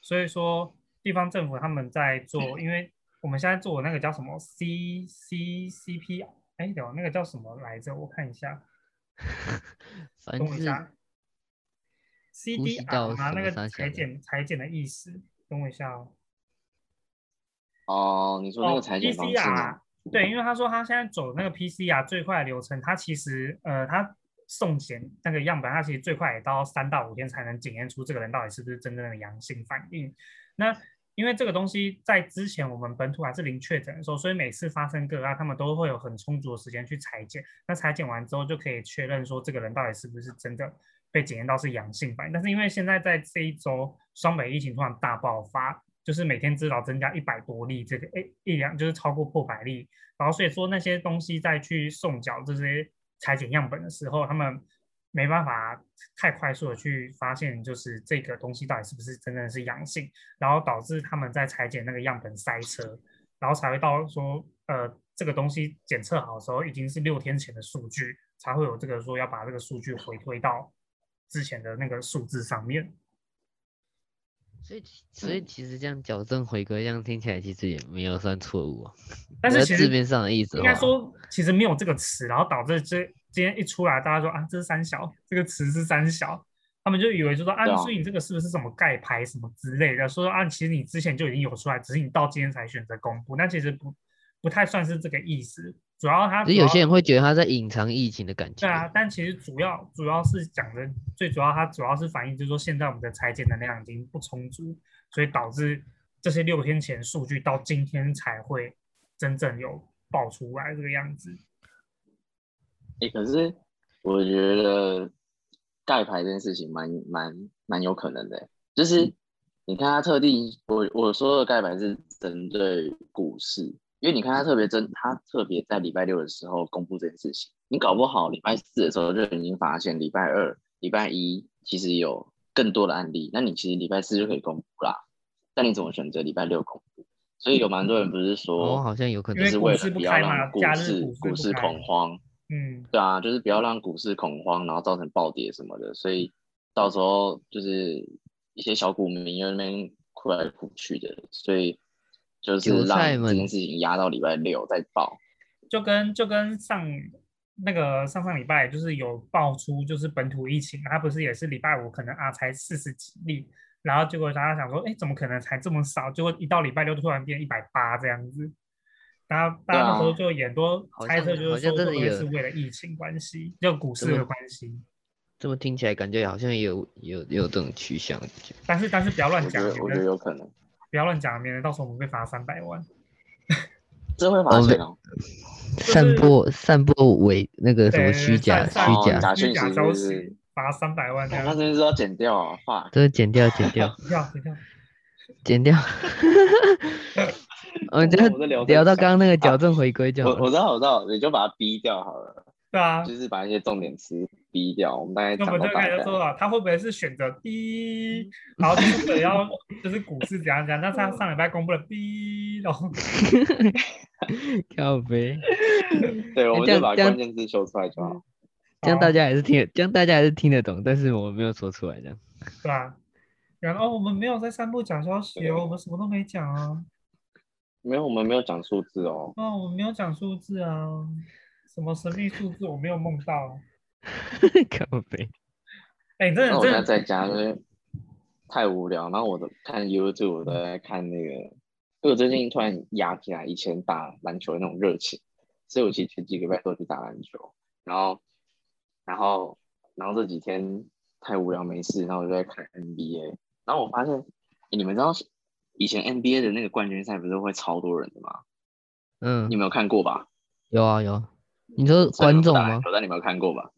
Speaker 1: 所以说地方政府他们在做，因为我们现在做的那个叫什么 C C C P，哎，有那个叫什么来着？我看一下，
Speaker 2: 反
Speaker 1: 等
Speaker 2: 正
Speaker 1: 我一
Speaker 2: 是
Speaker 1: 下
Speaker 2: 呼吸道
Speaker 1: ，CDR 嘛，
Speaker 2: 什
Speaker 1: 那
Speaker 2: 么
Speaker 1: 个
Speaker 2: 三小
Speaker 1: 裁
Speaker 2: 的
Speaker 1: 剪裁剪的意思，等我一下哦。
Speaker 3: 哦，你说那个裁剪方式吗？
Speaker 1: PCR 啊对，因为他说他现在走那个 PCR 最快的流程，他其实呃，他送检那个样本，他其实最快也到三到五天才能检验出这个人到底是不是真正的阳性反应。那因为这个东西在之前我们本土还是零确诊的时候，所以每次发生个案，他们都会有很充足的时间去裁剪。那裁剪完之后，就可以确认说这个人到底是不是真的被检验到是阳性反应。但是因为现在在这一周，双北疫情突然大爆发，就是每天至少增加一百多例，这个诶一两就是超过破百例。然后所以说那些东西再去送缴这些裁剪样本的时候，他们没办法太快速的去发现，就是这个东西到底是不是真正是阳性，然后导致他们在裁剪那个样本塞车，然后才会到说，呃，这个东西检测好的时候已经是六天前的数据，才会有这个说要把这个数据回推到之前的那个数字上面。
Speaker 2: 所以其所以其实这样矫正回归，这样听起来其实也没有算错误啊。
Speaker 1: 但
Speaker 2: 只
Speaker 1: 是其
Speaker 2: 要字
Speaker 1: 实
Speaker 2: 面上的意思哦的
Speaker 1: 应
Speaker 2: 话，
Speaker 1: 该说，其实没有这个词，然后导致这今天一出来，大家说啊，这是三小，这个词是三小，他们就以为就说啊
Speaker 3: 对，啊
Speaker 1: 所以你这个是不是什么盖牌什么之类的，说啊，其实你之前就已经有出来，只是你到今天才选择公布，那其实不不太算是这个意思，主要它
Speaker 2: 就
Speaker 1: 主
Speaker 2: 有
Speaker 1: 要
Speaker 2: 些人会觉得他在隐藏疫情的感觉。
Speaker 1: 对啊，但其实主要主要是讲的最主要，它主要是反映就是说现在我们的裁剪能量已经不充足，所以导致这些六天前数据到今天才会真正有爆出来这个样子。
Speaker 3: 哎、可是我觉得盖牌这件事情蛮蛮蛮有可能的欸，
Speaker 2: 嗯
Speaker 3: 就是你看他特地，我我说的盖牌是针对股市，因为你看他特别针，他特别在礼拜六的时候公布这件事情，你搞不好礼拜四的时候就已经发现礼拜二、礼拜一其实有更多的案例，那你其实礼拜四就可以公布啦，但你怎么选择礼拜六公布？所以有蛮多人不是
Speaker 2: 哦，
Speaker 3: 说，
Speaker 2: 好像有可
Speaker 1: 因
Speaker 2: 能
Speaker 3: 就
Speaker 1: 为
Speaker 3: 是
Speaker 1: 股市不
Speaker 3: 为了不要
Speaker 1: 开嘛
Speaker 3: 让股
Speaker 1: 假日股
Speaker 3: 市
Speaker 1: 市
Speaker 3: 股
Speaker 1: 不
Speaker 3: 市
Speaker 1: 开
Speaker 3: 恐慌。
Speaker 1: 嗯，
Speaker 3: 对啊，就是不要让股市恐慌，然后造成暴跌什么的。所以到时候就是一些小股民又在那边哭来哭去的，所以就是
Speaker 2: 韭
Speaker 3: 让
Speaker 2: 菜
Speaker 3: 这
Speaker 2: 们
Speaker 3: 件事情压到礼拜六再报。
Speaker 1: 就跟就跟上那个上上礼拜就是有爆出就是本土疫情，它不是也是礼拜五可能啊才四十几例，然后结果大家想说，哎，怎么可能才这么少？结果一到礼拜六突然变一百八这样子，大家大家那时候
Speaker 3: 啊
Speaker 1: 就有很多
Speaker 2: 好
Speaker 1: 猜测，
Speaker 2: 像
Speaker 1: 就
Speaker 2: 好
Speaker 1: 是说
Speaker 2: 像
Speaker 1: 会
Speaker 2: 真的
Speaker 1: 不会
Speaker 2: 有
Speaker 1: 是为了疫情关系，就股市
Speaker 2: 真的
Speaker 1: 的关系。
Speaker 2: 这么听起来感觉好像也有也有也有这种趋向。
Speaker 1: 但是但是不要乱
Speaker 3: 我觉
Speaker 1: 讲，
Speaker 3: 得我觉
Speaker 1: 免
Speaker 3: 得
Speaker 1: 得
Speaker 3: 有可能，
Speaker 1: 不要乱讲，免得到时候我们被罚三百万。
Speaker 3: 这会罚
Speaker 2: 哦
Speaker 3: 钱哦。
Speaker 2: 散播散播伪那个什么
Speaker 1: 对
Speaker 2: 虚假虚
Speaker 1: 散
Speaker 3: 散
Speaker 2: 假
Speaker 3: 哦假，
Speaker 1: 虚
Speaker 3: 讯息
Speaker 1: 假
Speaker 3: 是
Speaker 1: 消
Speaker 3: 不
Speaker 1: 息
Speaker 3: 是，
Speaker 1: 罚三百万这
Speaker 3: 哦
Speaker 1: 样
Speaker 3: 他。真的是要剪掉啊，fuck！
Speaker 2: 都剪掉剪掉
Speaker 1: 要要。
Speaker 2: 剪掉。 我们这
Speaker 3: 我在聊
Speaker 2: 个聊到
Speaker 3: 正常
Speaker 2: 刚刚那个矫正回归就好
Speaker 3: 我我
Speaker 2: 了。
Speaker 3: 知道我知道，你就把它逼掉好了，
Speaker 1: 对啊，
Speaker 3: 就是把一些重点词逼掉。我们大概
Speaker 1: 那
Speaker 3: 讲
Speaker 1: 我们
Speaker 3: 到
Speaker 1: 就
Speaker 3: 大
Speaker 1: 开始
Speaker 3: 概。
Speaker 1: 说了，他会不会是选择 B，然后
Speaker 2: 嗯
Speaker 1: 就是为了要就是股市怎样怎样？那他上礼拜公布了 B，然后
Speaker 2: 靠呗，
Speaker 3: 对，我们
Speaker 2: 这
Speaker 3: 就
Speaker 2: 样
Speaker 3: 把
Speaker 2: 这样嗯
Speaker 3: 关键字修出来就好。
Speaker 2: 这样大家还是听得，这样大家还是听得懂，但是我没有说出来这样。
Speaker 1: 对吧？然后哦，我们没有在散步讲消息哦，我们什么都没讲啊，
Speaker 3: 没有，我们没有讲数字哦。
Speaker 1: 哦，我们没有讲数字啊，什么神秘数字我没有梦到。
Speaker 2: 靠呗，
Speaker 1: 哎，真
Speaker 3: 那
Speaker 1: 的
Speaker 3: 我现
Speaker 1: 真的，
Speaker 3: 在在家就是太无聊，然后我的看 YouTube，我都在看那个，因为我最近突然压起来以前打篮球的那种热情，所以我其实前几个礼拜都去打篮球，然后，然后，然后这几天太无聊没事，然后我就在看 NBA，然后我发现，诶你们知道以前 NBA 的那个冠军赛不是会超多人的吗？
Speaker 2: 嗯
Speaker 3: 你，没有看过吧？
Speaker 2: 有啊有啊。你说
Speaker 3: 虽然
Speaker 2: 观众
Speaker 3: 我不打篮
Speaker 2: 吗？
Speaker 3: 球但你没有看过吧？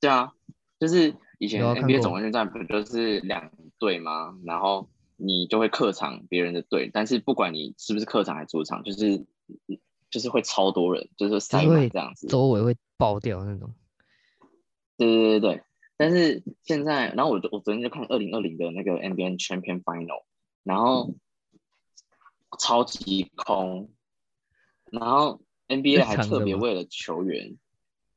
Speaker 3: 对啊，就是以前
Speaker 2: 有啊看
Speaker 3: NBA
Speaker 2: 过
Speaker 3: 总冠军战不就是两队吗？然后你就会客场别人的队，但是不管你是不是客场还是主场，就是嗯就是会超多人，就是塞
Speaker 2: 就是
Speaker 3: 满
Speaker 2: 会
Speaker 3: 这样子。
Speaker 2: 周围会爆掉那种。
Speaker 3: 对对对对，但是现在，然后我我昨天就看二零二零的那个 NBA Champion Final，然后超级空，然后 NBA
Speaker 2: 正
Speaker 3: 还
Speaker 2: 常的
Speaker 3: 特别
Speaker 2: 吗
Speaker 3: 为了球员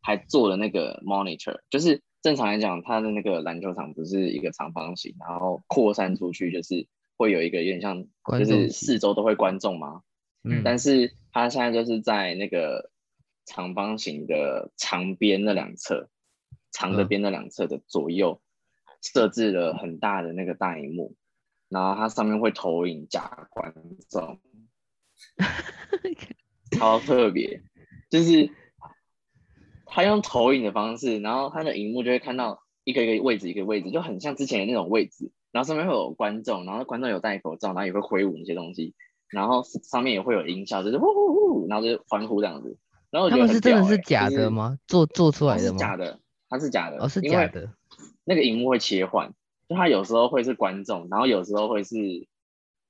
Speaker 3: 还做了那个 monitor，就是正常来讲，他的那个篮球场不是一个长方形，然后扩散出去就是会有一个有点像，
Speaker 2: 观
Speaker 3: 就
Speaker 2: 众
Speaker 3: 是
Speaker 2: 席
Speaker 3: 四周都会观众嘛，
Speaker 1: 嗯
Speaker 2: 嗯，
Speaker 3: 但是他现在就是在那个长方形的长边那两侧，长的
Speaker 2: 嗯
Speaker 3: 边那两侧的左右设置了很大的那个大荧幕，然后它上面会投影假观 众，超特别，就是他用投影的方式，然后他的荧幕就会看到一个一个位置一个位置，就很像之前的那种位置，然后上面会有观众，然后观众有戴口罩，然后也会挥舞那些东西，然后上面也会有音效，就是呼呼呼，然后就欢呼这样子。然后我
Speaker 2: 他
Speaker 3: 觉
Speaker 2: 们
Speaker 3: 得很
Speaker 2: 是真的
Speaker 3: 屌
Speaker 2: 是
Speaker 3: 欸
Speaker 2: 假
Speaker 3: 就是
Speaker 2: 的吗？做做出
Speaker 3: 它
Speaker 2: 来的
Speaker 3: 是假
Speaker 2: 吗？
Speaker 3: 的，它是假的，
Speaker 2: 哦，是
Speaker 3: 因
Speaker 2: 假
Speaker 3: 为
Speaker 2: 的。
Speaker 3: 那个荧幕会切换，就它有时候会是观众，然后有时候会是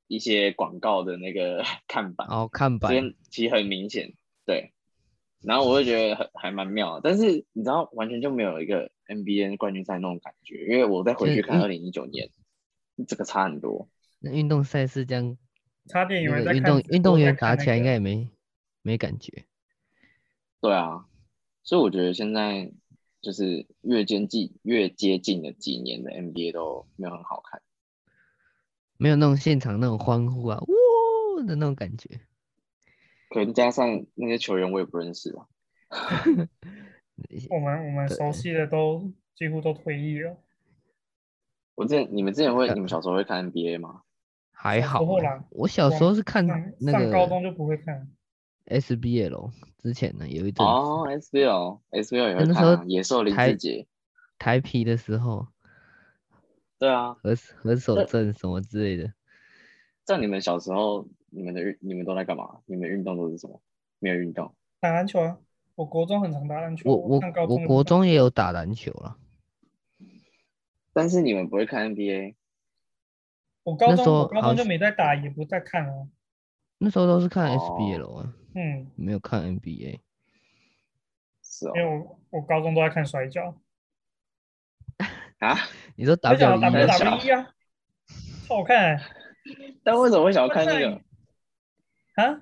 Speaker 3: 一些广告的那个 看板，
Speaker 2: 哦，看
Speaker 3: 这
Speaker 2: 板
Speaker 3: 边其实很明显，对。然后我会觉得很还蛮妙的，但是你知道，完全就没有一个 NBA 冠军赛那种感觉，因为我再回去
Speaker 2: 是
Speaker 3: 看
Speaker 2: 嗯
Speaker 3: 二零一九年，这个差很多。
Speaker 2: 那运动赛事这样，
Speaker 1: 差点以
Speaker 2: 那
Speaker 1: 为
Speaker 2: 个
Speaker 1: 哎在
Speaker 2: 运
Speaker 1: 看
Speaker 2: 动运动员打起来应该
Speaker 1: 该
Speaker 2: 也没没感觉。
Speaker 3: 对啊，所以我觉得现在就是越接近越接近的几年的 NBA 都没有很好看。
Speaker 2: 没有那种现场那种欢呼啊，呜的那种感觉。
Speaker 3: 可能加上那些球员我也不认识啊。
Speaker 1: 我们我们熟悉的都几乎都退役了，
Speaker 3: 我之前你们之前会，
Speaker 2: 呃
Speaker 3: 你们小时候会看 NBA NBA 吗？
Speaker 2: 还
Speaker 1: 小时
Speaker 2: 好
Speaker 1: 候
Speaker 2: 欸
Speaker 1: 啦，
Speaker 2: 我小时候是看
Speaker 1: 上
Speaker 2: 那
Speaker 1: 上高
Speaker 2: 个
Speaker 1: 中就不会看，
Speaker 2: SBL 之前呢有一阵子
Speaker 3: 哦，SBL，SBL 也
Speaker 2: 那那
Speaker 3: 会
Speaker 2: 时
Speaker 3: 看
Speaker 2: 候
Speaker 3: 啊野兽林
Speaker 2: 台
Speaker 3: 志杰，
Speaker 2: 台皮的时候，
Speaker 3: 对啊，
Speaker 2: 何何守
Speaker 3: 对
Speaker 2: 正什么之类的，
Speaker 3: 在你们小时候，你们的运你们都在干嘛？你们的运动都是什么？没有运动，
Speaker 1: 打篮球啊，我国中很常打篮球，
Speaker 2: 我我
Speaker 1: 上高
Speaker 2: 我
Speaker 1: 中就
Speaker 2: 国
Speaker 1: 打
Speaker 2: 中也有打篮球啦，
Speaker 3: 但是你们不会看 NBA，
Speaker 1: 我高
Speaker 2: 那
Speaker 1: 中
Speaker 2: 时候
Speaker 1: 我高
Speaker 2: 好
Speaker 1: 中就
Speaker 2: 像
Speaker 1: 没在打，也不在看啊。
Speaker 2: 那时候都是看
Speaker 3: 哦
Speaker 2: SBL 啊，
Speaker 1: 嗯，
Speaker 2: 没有看 NBA。
Speaker 3: 是哦
Speaker 1: 因为我我高中都在看摔跤，
Speaker 3: 啊？
Speaker 2: 你说
Speaker 1: 我想
Speaker 2: W
Speaker 3: 打
Speaker 2: E
Speaker 3: 篮
Speaker 2: 啊
Speaker 3: 球
Speaker 1: W E 啊，超好看欸
Speaker 3: 但为什么会想要看那
Speaker 1: 那
Speaker 3: 个
Speaker 1: 你？啊。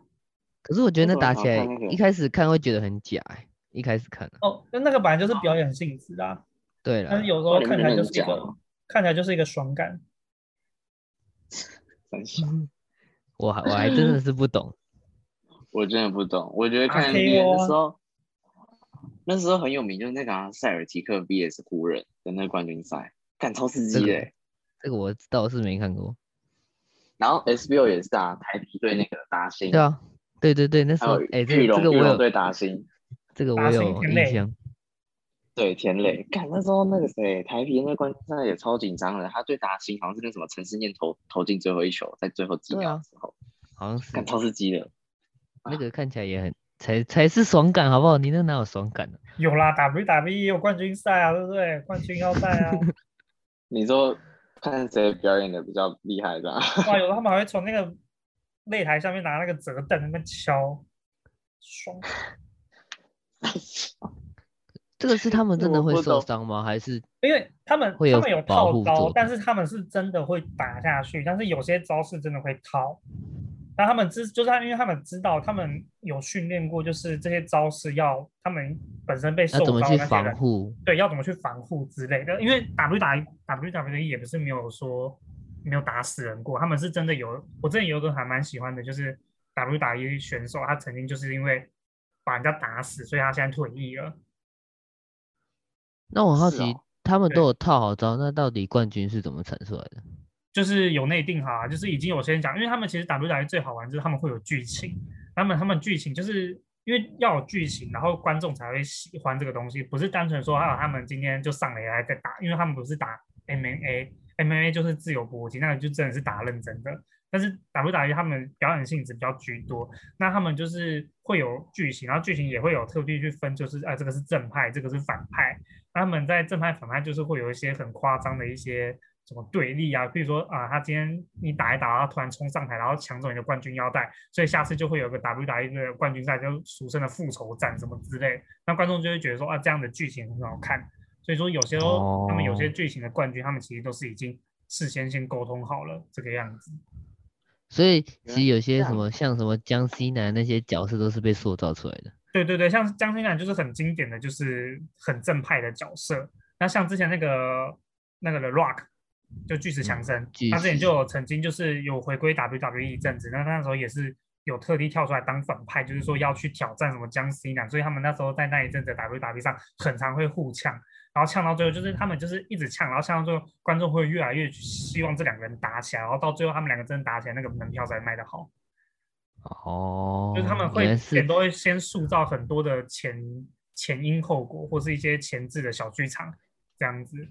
Speaker 2: 可是我觉得
Speaker 3: 为
Speaker 2: 那
Speaker 3: 什么
Speaker 2: 打
Speaker 3: 想
Speaker 2: 起来
Speaker 3: 看那个
Speaker 2: 一开始看会觉得很假、欸，一开始看、啊。
Speaker 1: 哦，那那个本来就是表演性质啦，
Speaker 2: 对啊
Speaker 1: 但
Speaker 2: 了
Speaker 1: 是，有时
Speaker 3: 哇
Speaker 1: 候
Speaker 3: 哦你
Speaker 1: 看
Speaker 3: 们
Speaker 1: 起
Speaker 3: 啊
Speaker 1: 来
Speaker 3: 觉
Speaker 1: 就
Speaker 3: 得
Speaker 1: 是一
Speaker 3: 很假
Speaker 1: 个
Speaker 3: 吗
Speaker 1: 看起来就是一个爽感。
Speaker 3: 很小，
Speaker 2: 我还我还真的是不懂。
Speaker 3: 我真的不懂。我觉得
Speaker 1: 打
Speaker 3: 看
Speaker 1: K
Speaker 3: NBA
Speaker 1: 哦
Speaker 3: 的时候，那时候很有名，就是那个啊塞尔提克 VS 湖人的那个冠军赛，看超刺
Speaker 2: 这
Speaker 3: 激
Speaker 2: 个我
Speaker 3: 的欸。
Speaker 2: 这个我倒是没看过。
Speaker 3: 然后 SBO 也是啊，台啤对那个达兴，
Speaker 2: 对啊，对对对，那时
Speaker 3: 还
Speaker 2: 候
Speaker 3: 有
Speaker 2: 哎、
Speaker 3: 玉
Speaker 2: 这个这
Speaker 3: 龙
Speaker 2: 个我
Speaker 3: 玉龙
Speaker 2: 有
Speaker 3: 对达兴，
Speaker 2: 这个
Speaker 1: 达
Speaker 2: 我
Speaker 1: 兴
Speaker 2: 有
Speaker 1: 田
Speaker 2: 印
Speaker 1: 磊
Speaker 2: 象。
Speaker 3: 对嗯田磊。看嗯那时候那个谁，台啤那冠军赛也超紧张的，他对达兴好像是那什么陈思念投投进最后一球，在最后几
Speaker 2: 对
Speaker 3: 秒
Speaker 2: 啊
Speaker 3: 的时候，
Speaker 2: 好像是
Speaker 3: 看超刺激的。
Speaker 2: 那个看起来也很才才是爽感，好不好？你那哪有爽感啊呢、
Speaker 1: 有啦，W W E 也有冠军赛啊，对不对？冠军腰带 啊，
Speaker 3: 你说看谁表演的比较厉害 的？
Speaker 1: 哇，有的他们还会从那个擂台上面拿那个折凳那边敲，爽。
Speaker 2: 这个是他们真的
Speaker 3: 我
Speaker 2: 会
Speaker 3: 不
Speaker 2: 受
Speaker 3: 懂
Speaker 2: 伤吗？还是
Speaker 1: 因为他们
Speaker 2: 会有
Speaker 1: 他们有
Speaker 2: 保
Speaker 1: 套
Speaker 2: 护
Speaker 1: 招
Speaker 2: 作，
Speaker 1: 但
Speaker 2: 用
Speaker 1: 是他们是真的会打下去，但是有些招式真的会套。但他们知就是他，因为他们知道他们有训练过，就是这些招式要他们本身被受
Speaker 2: 要
Speaker 1: 伤
Speaker 2: 怎么
Speaker 1: 的
Speaker 2: 去
Speaker 1: 那些
Speaker 2: 防
Speaker 1: 人，
Speaker 2: 护？
Speaker 1: 对，要怎么去防护之类的。因为 W 打 W W E 也不是没有说没有打死人过，他们是真的有。我之前有一个还蛮喜欢的，就是 W 打 E 选手，他曾经就是因为把人家打死，所以他现在退役了。
Speaker 2: 那我好
Speaker 3: 是
Speaker 2: 奇，
Speaker 3: 哦
Speaker 2: 他们
Speaker 1: 对
Speaker 2: 都有套好招，那到底冠军是怎么产出来的？
Speaker 1: 就是有内定好啊，就是已经有先讲，因为他们其实 W W 最好玩就是他们会有剧情，他们他们剧情就是因为要有剧情，然后观众才会喜欢这个东西，不是单纯说啊他们今天就上来还在打，因为他们不是打 MMA。MMA 就是自由搏击，那个就真的是打认真的。但是 WWE 他们表演性质比较居多，那他们就是会有剧情，然后剧情也会有特地去分，就是啊这个是正派，这个是反派。那他们在正派反派就是会有一些很夸张的一些什么对立啊，比如说啊他今天你打一打，然后突然冲上台，然后抢走你的冠军腰带，所以下次就会有个 WWE 的冠军赛，就俗称的复仇战什么之类。那观众就会觉得说啊这样的剧情很好看，所以说有些时候他们有些
Speaker 2: 哦
Speaker 1: 剧情的冠军，他们其实都是已经事先先沟通好了这个样子。
Speaker 2: 所以其
Speaker 3: 原
Speaker 2: 实
Speaker 3: 来
Speaker 2: 有些
Speaker 3: 这
Speaker 2: 什
Speaker 3: 样
Speaker 2: 么像什么江西南那些角色都是被塑造出来的。
Speaker 1: 对对对，像江心兰就是很经典的，就是很正派的角色。那像之前那个那个 The Rock，就巨石强森，
Speaker 2: 嗯巨
Speaker 1: 他之前
Speaker 2: 石
Speaker 1: 就有曾经就是有回归 WWE 一阵子，那他那时候也是有特地跳出来当反派，就是说要去挑战什么江西南，所以他们那时候在那一阵子的 WWE 上很常会互呛，然后呛到最后就是他们就是一直呛，然后呛到最后观众会越来越希望这两个人打起来，然后到最后他们两个真的打起来，那个门票才卖得好。
Speaker 2: 哦，
Speaker 1: 就是他们
Speaker 2: 原
Speaker 1: 会
Speaker 2: 来
Speaker 1: 之前
Speaker 2: 是
Speaker 1: 都会先塑造很多的前前因后果，或是一些前置的小剧场这样子。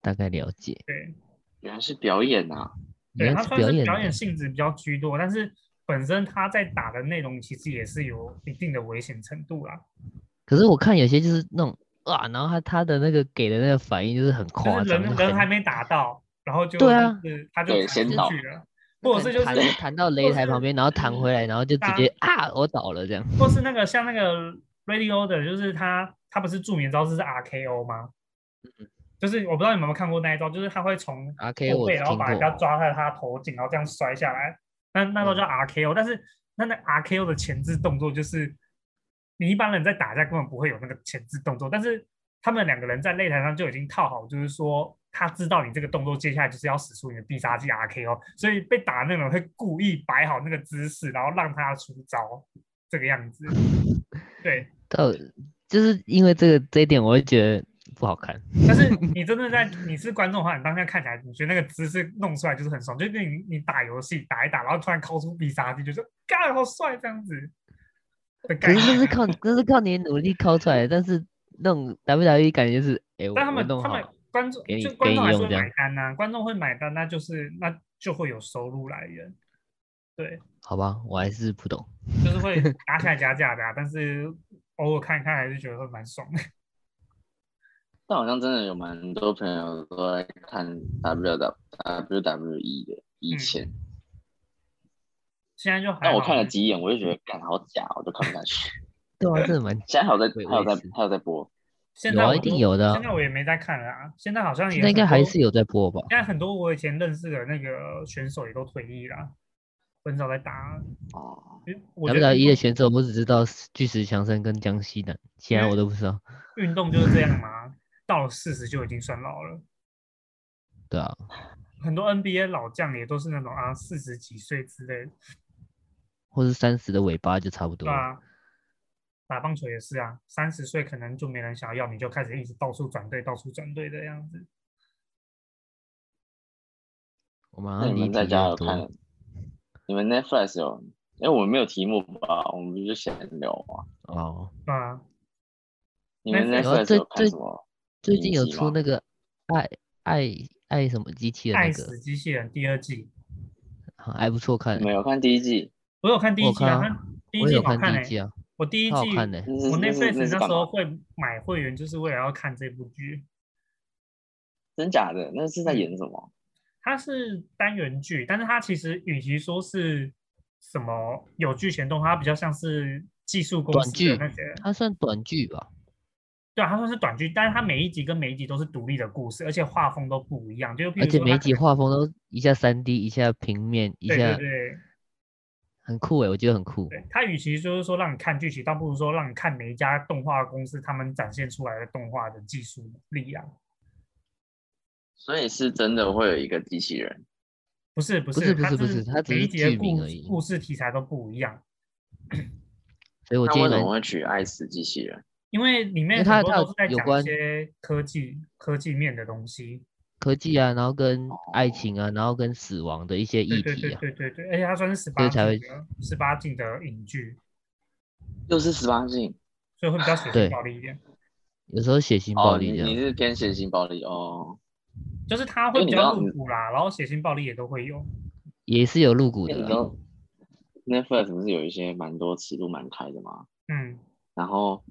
Speaker 2: 大概了解，
Speaker 1: 对
Speaker 3: 原来是表演啊！
Speaker 1: 对，
Speaker 2: 原
Speaker 1: 它
Speaker 2: 来是
Speaker 1: 算
Speaker 2: 表
Speaker 1: 是
Speaker 2: 演
Speaker 1: 表
Speaker 2: 的
Speaker 1: 演性质比较居多，但是本身他在打的内容其实也是有一定的危险程度啦，
Speaker 2: 可是我看有些就是那种啊，然后他他的那个给的那个反应就是很
Speaker 1: 就
Speaker 2: 夸
Speaker 1: 是
Speaker 2: 张，就
Speaker 1: 人人
Speaker 2: 很
Speaker 1: 还没打到，然后就
Speaker 2: 对啊
Speaker 1: 就是他就
Speaker 3: 对
Speaker 1: 弹
Speaker 3: 先
Speaker 1: 出
Speaker 3: 倒
Speaker 1: 去了，或者是就
Speaker 2: 弹
Speaker 1: 是
Speaker 2: 弹到
Speaker 1: 或
Speaker 2: 擂
Speaker 1: 者
Speaker 2: 台
Speaker 1: 是嗯
Speaker 2: 旁边，然后弹回来，然后就直
Speaker 1: 打
Speaker 2: 接啊，我倒了这样。
Speaker 1: 或是那个像那个 Radio 的，就是他他不是著名招式是 RKO 吗？
Speaker 2: 嗯
Speaker 1: 就是我不知道你们有没有看过那一招，就是他会从
Speaker 2: RKO
Speaker 1: 后
Speaker 2: 我
Speaker 1: 背
Speaker 2: 只
Speaker 1: 然后
Speaker 2: 听
Speaker 1: 把人
Speaker 2: 过嗯
Speaker 1: 家抓在他头颈，然后这样摔下来，那那招叫 RKO、但是那那 RKO 的前置动作就是，你一般人在打架根本不会有那个前置动作，但是他们两个人在擂台上就已经套好，就是说他知道你这个动作接下来就是要使出你的必杀技 RKO，所以被打的那种会故意摆好那个姿势，然后让他出招，这个样子。对，
Speaker 2: 到就是因为这个这一点，我会觉得不好看。
Speaker 1: 但是你真的在你是观众的话，你当下看起来，你觉得那个姿势弄出来就是很爽，就跟你你打游戏打一打，然后突然掏出必杀技，就说干好帅这样子。的
Speaker 2: 可
Speaker 1: 概
Speaker 2: 是那是
Speaker 1: 念。
Speaker 2: 靠那是靠你的努力抠出来的，但是那种 WWE 感觉就是，哎、我
Speaker 1: 但他
Speaker 2: 我
Speaker 1: 们
Speaker 2: 弄
Speaker 1: 他
Speaker 2: 好
Speaker 1: 们
Speaker 2: 了，
Speaker 1: 观众
Speaker 2: 给你
Speaker 1: 就
Speaker 2: 给
Speaker 1: 观
Speaker 2: 你
Speaker 1: 众还是会
Speaker 2: 用这样
Speaker 1: 买单呐、观众会买单，那就是那就会有收入来源，对，
Speaker 2: 好吧，我还是不懂。
Speaker 1: 就是会打起来假假的、啊，但是偶尔看一看还是觉得会蛮爽的。
Speaker 3: 但好像真的有蛮多朋友都在看 W W W W E 的，以前，
Speaker 1: 现在就还
Speaker 3: 但我
Speaker 1: 好
Speaker 3: 看了
Speaker 1: 嗯
Speaker 3: 几眼，我就觉得干好假，我就看不下去。
Speaker 2: 对啊，真的蛮
Speaker 3: 现在还有在，
Speaker 2: 我也
Speaker 3: 还有在
Speaker 2: 是，
Speaker 3: 还有在播，
Speaker 1: 现
Speaker 2: 有
Speaker 1: 在
Speaker 2: 啊
Speaker 1: 我
Speaker 2: 一定
Speaker 1: 都
Speaker 2: 有的啊
Speaker 1: 现在我也没在看了啊，现在好像也
Speaker 2: 现在应该
Speaker 1: 很
Speaker 2: 还
Speaker 1: 多
Speaker 2: 是有在播吧？
Speaker 1: 现在很多我以前认识的那个选手也都退役啦，很少在打。
Speaker 3: 哦，
Speaker 1: 因为我觉得
Speaker 2: WWE 的选手，我只知道巨石强森跟江西南，其
Speaker 1: 因
Speaker 2: 他
Speaker 1: 为
Speaker 2: 我都不知道。
Speaker 1: 运动就是这样嘛，到了四十就已经算老了。
Speaker 2: 对啊，
Speaker 1: 很多 NBA 老将也都是那种啊四十几岁之类的，
Speaker 2: 或是三十的尾巴就差不多
Speaker 1: 对
Speaker 2: 了。
Speaker 1: 啊。打棒球也是啊，三十岁可能就没人想要，你就开始一直到处转队，到处转队的样子。
Speaker 2: 我马
Speaker 3: 那
Speaker 2: 上
Speaker 3: 你
Speaker 2: 离
Speaker 3: 们
Speaker 2: 题
Speaker 3: 在家
Speaker 2: 很
Speaker 3: 有
Speaker 2: 多
Speaker 3: 看，？你们 Netflix 有？哎，我们没有题目吧？我们不是闲聊吗？
Speaker 2: 哦。
Speaker 1: 对啊，
Speaker 3: 你们
Speaker 1: Netflix-
Speaker 2: 然后
Speaker 3: Netflix
Speaker 2: 最
Speaker 3: 有看
Speaker 2: 最
Speaker 3: 什么？
Speaker 2: 最
Speaker 3: 影
Speaker 2: 近有
Speaker 3: 集
Speaker 2: 出
Speaker 3: 吗
Speaker 2: 那个爱爱爱什么机器
Speaker 1: 《
Speaker 2: 的那
Speaker 1: 爱
Speaker 2: 个
Speaker 1: 死，机器人》第二季，
Speaker 2: 好还不错看
Speaker 3: 你们
Speaker 2: 欸。
Speaker 3: 有看第一季？
Speaker 1: 我有看第一
Speaker 2: 我
Speaker 1: 季啊，
Speaker 2: 看
Speaker 1: 它第一
Speaker 2: 我
Speaker 1: 季
Speaker 2: 有
Speaker 1: 好
Speaker 2: 看
Speaker 1: 看欸
Speaker 2: 第
Speaker 1: 诶、
Speaker 2: 一季啊，
Speaker 1: 我第一
Speaker 2: 超好
Speaker 1: 季
Speaker 2: 看的欸。
Speaker 3: 那是
Speaker 1: 我
Speaker 3: 那是
Speaker 1: Netflix
Speaker 3: 嗯那
Speaker 1: 那
Speaker 3: 是
Speaker 1: 时
Speaker 3: 干
Speaker 1: 候
Speaker 3: 嘛？
Speaker 1: 会买会员，就是为了要看这部剧。
Speaker 3: 真假的？那是在
Speaker 1: 嗯
Speaker 3: 演什么？
Speaker 1: 它是单元剧，但是它其实与其说是什么有剧前动画，它比较像是技术公
Speaker 2: 短
Speaker 1: 司
Speaker 2: 剧
Speaker 1: 的那些，
Speaker 2: 它算短剧吧？
Speaker 1: 对啊，它算是短剧，但是它每一集跟每一集都是独立的故事，而且画风都不一样，就譬
Speaker 2: 而
Speaker 1: 如
Speaker 2: 且
Speaker 1: 说
Speaker 2: 每
Speaker 1: 它
Speaker 2: 一
Speaker 1: 可
Speaker 2: 集
Speaker 1: 能
Speaker 2: 画风都一下三 D，一下平面，一
Speaker 1: 对对
Speaker 2: 下
Speaker 1: 对
Speaker 2: 很酷欸诶，我觉得很酷。
Speaker 1: 对，它与其就是说让你看剧情，倒不如说让你看每一家动画公司他们展现出来的动画的技术力啊量。
Speaker 3: 所以是真的会有一个机器人，
Speaker 1: 不是不
Speaker 2: 不
Speaker 1: 是
Speaker 2: 是不
Speaker 1: 它
Speaker 2: 是不
Speaker 1: 是
Speaker 2: 是它只
Speaker 1: 每一
Speaker 2: 是
Speaker 1: 集的
Speaker 2: 剧名
Speaker 1: 故
Speaker 2: 而已
Speaker 1: 故事题材都不一样，
Speaker 2: 所以我
Speaker 3: 那
Speaker 2: 建议
Speaker 3: 为
Speaker 2: 你
Speaker 3: 什
Speaker 2: 们
Speaker 3: 么会取爱死机器人？
Speaker 1: 因为里面
Speaker 2: 它
Speaker 1: 很多
Speaker 2: 它
Speaker 1: 都是在
Speaker 2: 有
Speaker 1: 讲一
Speaker 2: 关
Speaker 1: 些科技科技面的东西。
Speaker 2: 科技啊，然后跟爱
Speaker 3: 哦
Speaker 2: 情啊，然后跟死亡的一些
Speaker 1: 对
Speaker 2: 议
Speaker 1: 对
Speaker 2: 题
Speaker 1: 对
Speaker 2: 啊，
Speaker 1: 对对对，而且它算是十
Speaker 2: 所
Speaker 1: 八
Speaker 2: 以才
Speaker 1: 禁
Speaker 2: 会
Speaker 1: 的十八禁的影剧，
Speaker 3: 又是十八禁
Speaker 1: 所以会比较血腥
Speaker 2: 对
Speaker 1: 暴力一点。
Speaker 2: 有时候血腥暴
Speaker 3: 哦，
Speaker 2: 力
Speaker 3: 你
Speaker 2: 这
Speaker 3: 你
Speaker 2: 样。
Speaker 3: 是偏血腥暴力哦。
Speaker 1: 就是它
Speaker 3: 因
Speaker 1: 会
Speaker 3: 为
Speaker 1: 比
Speaker 3: 你知
Speaker 1: 较
Speaker 3: 道
Speaker 1: 露
Speaker 3: 你
Speaker 1: 骨啦，然后血腥暴力也都会有。
Speaker 2: 也是有露骨
Speaker 3: 那
Speaker 2: 的啊
Speaker 3: 你知
Speaker 2: 啦，
Speaker 3: 道 Netflix 不是有一些蛮多尺度蛮开的吗？
Speaker 1: 嗯，
Speaker 3: 然后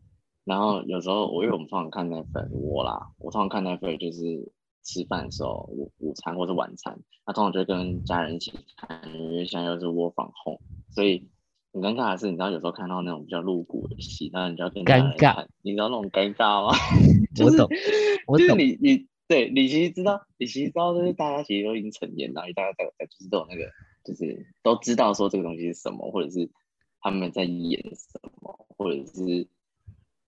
Speaker 3: 然后有时候我因为我们通常看 Netflix 我啦，我通常看 Netflix 就是吃饭的时候午午餐或是晚餐，那通常就会跟家人一起看，因为现在又是窝房 home，所以。很尴尬的是，你知道有时候看到那种比较露骨的戏，然后你就要跟家
Speaker 2: 尴
Speaker 3: 人
Speaker 2: 尬
Speaker 3: 看，你知道那种尴尬吗？ 就
Speaker 2: 我
Speaker 3: 是
Speaker 2: 懂， 我
Speaker 3: 就是
Speaker 2: 懂，
Speaker 3: 你你对你其实知道，你其实知道，就是大家其实都已经成年了，然后大家大家就是都有那个，就是都知道说这个东西是什么，或者是他们在演什么，或者是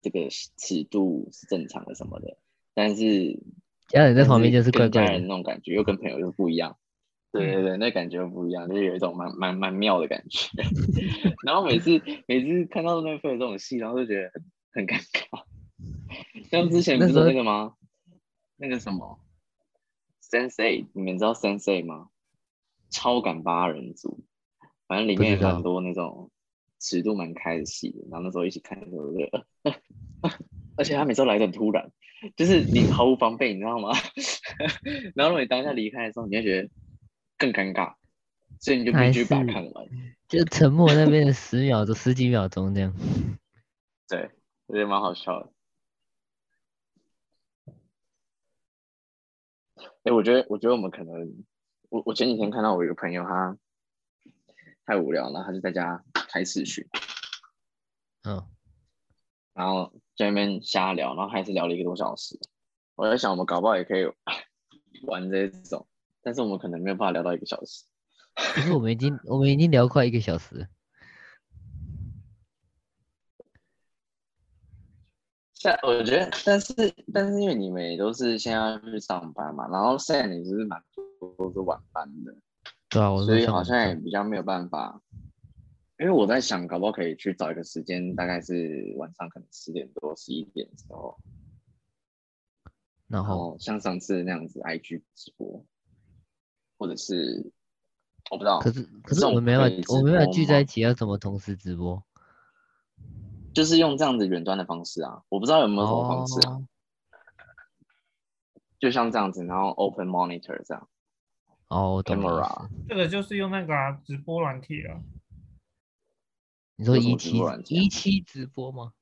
Speaker 3: 这个尺度是正常的什么的。但是
Speaker 2: 家人在旁边就是怪
Speaker 3: 跟
Speaker 2: 怪
Speaker 3: 家人
Speaker 2: 的，
Speaker 3: 那种感觉，又跟朋友又不一样。对对对，那感觉又不一样，就是有一种蛮蛮蛮妙的感觉。 然后每次每次看到那份这种戏，然后就觉得很很尴尬。像之前不
Speaker 2: 那
Speaker 3: 是
Speaker 2: 时候
Speaker 3: 那个吗？那个什么 Sensei，你们知道 Sensei 吗？超感八人组，反正里
Speaker 2: 不
Speaker 3: 面
Speaker 2: 知
Speaker 3: 有
Speaker 2: 道
Speaker 3: 蛮多那种尺度蛮开的戏的。然后那时候一起看的时候，就觉得 而且他每次都来的很突然，就是你毫无防备，你知道吗？ 然后如果你当下离开的时候，你会觉得更尴尬，所以你就必须把它看完。
Speaker 2: 就沉默那边的十秒钟、十几秒钟这样。
Speaker 3: 对，我觉得蛮好笑的。哎、我觉得，我觉得我们可能，我我前几天看到我一个朋友，他太无聊了，然后他就在家开视讯，
Speaker 2: 嗯，
Speaker 3: 然后在那边瞎聊，然后还是聊了一个多小时。我在想，我们搞不好也可以 玩这种，但是我们可能没有办法聊到一个小时。
Speaker 2: 可是我们已经我们已经聊快一个小时了，
Speaker 3: 像我觉得，但是但是因为你们也都是现在要去上班嘛，然后现在你就是蛮多是晚班的，
Speaker 2: 对啊，我
Speaker 3: 所
Speaker 2: 说
Speaker 3: 以
Speaker 2: 像我
Speaker 3: 好
Speaker 2: 们
Speaker 3: 像
Speaker 2: 这
Speaker 3: 也
Speaker 2: 样
Speaker 3: 比较没有办法。因为我在想，搞不好可以去找一个时间，大概是晚上可能十点多、十一点的时候，
Speaker 2: 然
Speaker 3: 然
Speaker 2: 后
Speaker 3: 后像上次那样子 IG 直播，或者是我不知道，
Speaker 2: 可是可
Speaker 3: 哦这
Speaker 2: 是我
Speaker 3: 种
Speaker 2: 们没
Speaker 3: 可
Speaker 2: 办
Speaker 3: 以
Speaker 2: 法我
Speaker 3: 直
Speaker 2: 们没办法
Speaker 3: 播
Speaker 2: 聚在一
Speaker 3: 吗
Speaker 2: 起，要怎么同时直播？
Speaker 3: 就是用这样子远端的方式啊，我不知道有没有什么方式啊，
Speaker 2: 哦
Speaker 3: 就像这样子，然后 open monitor 这样
Speaker 2: 哦，我懂了
Speaker 3: camera，
Speaker 1: 这个就是用那个、啊、直播软体啊，
Speaker 2: 你说
Speaker 3: 有什
Speaker 2: 一
Speaker 3: 么直
Speaker 2: 期
Speaker 3: 播软件
Speaker 2: 一期直播吗？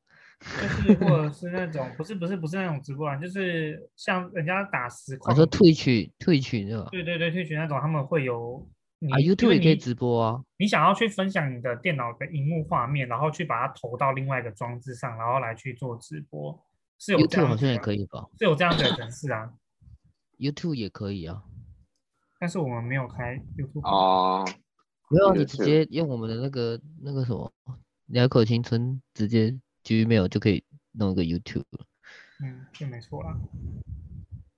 Speaker 1: 就是或者是那种不是不是不是那种直播软，就是像人家打实
Speaker 2: 我
Speaker 1: 况，
Speaker 2: 哦说退去退去那个
Speaker 1: 对对对，退群那种他们会有你
Speaker 2: 啊
Speaker 1: 就是
Speaker 2: ，YouTube 也可以
Speaker 1: 你
Speaker 2: 直播啊。
Speaker 1: 你想要去分享你的电脑的荧幕画面，然后去把它投到另外一个装置上，然后来去做直播，是有这
Speaker 2: YouTube
Speaker 1: 样
Speaker 2: 好像也
Speaker 1: 子的
Speaker 2: 可以吧
Speaker 1: 是有这样子的程式啊，
Speaker 2: ？YouTube 也可以啊。
Speaker 1: 但是我们没有开 YouTube，、
Speaker 3: 哦，
Speaker 2: 没有啊，
Speaker 3: 也
Speaker 2: 你直
Speaker 3: 是
Speaker 2: 接用我们的那个那个什么聊口青春，直接 Gmail 就可以弄一个 YouTube 了。
Speaker 1: 嗯，就没错啦。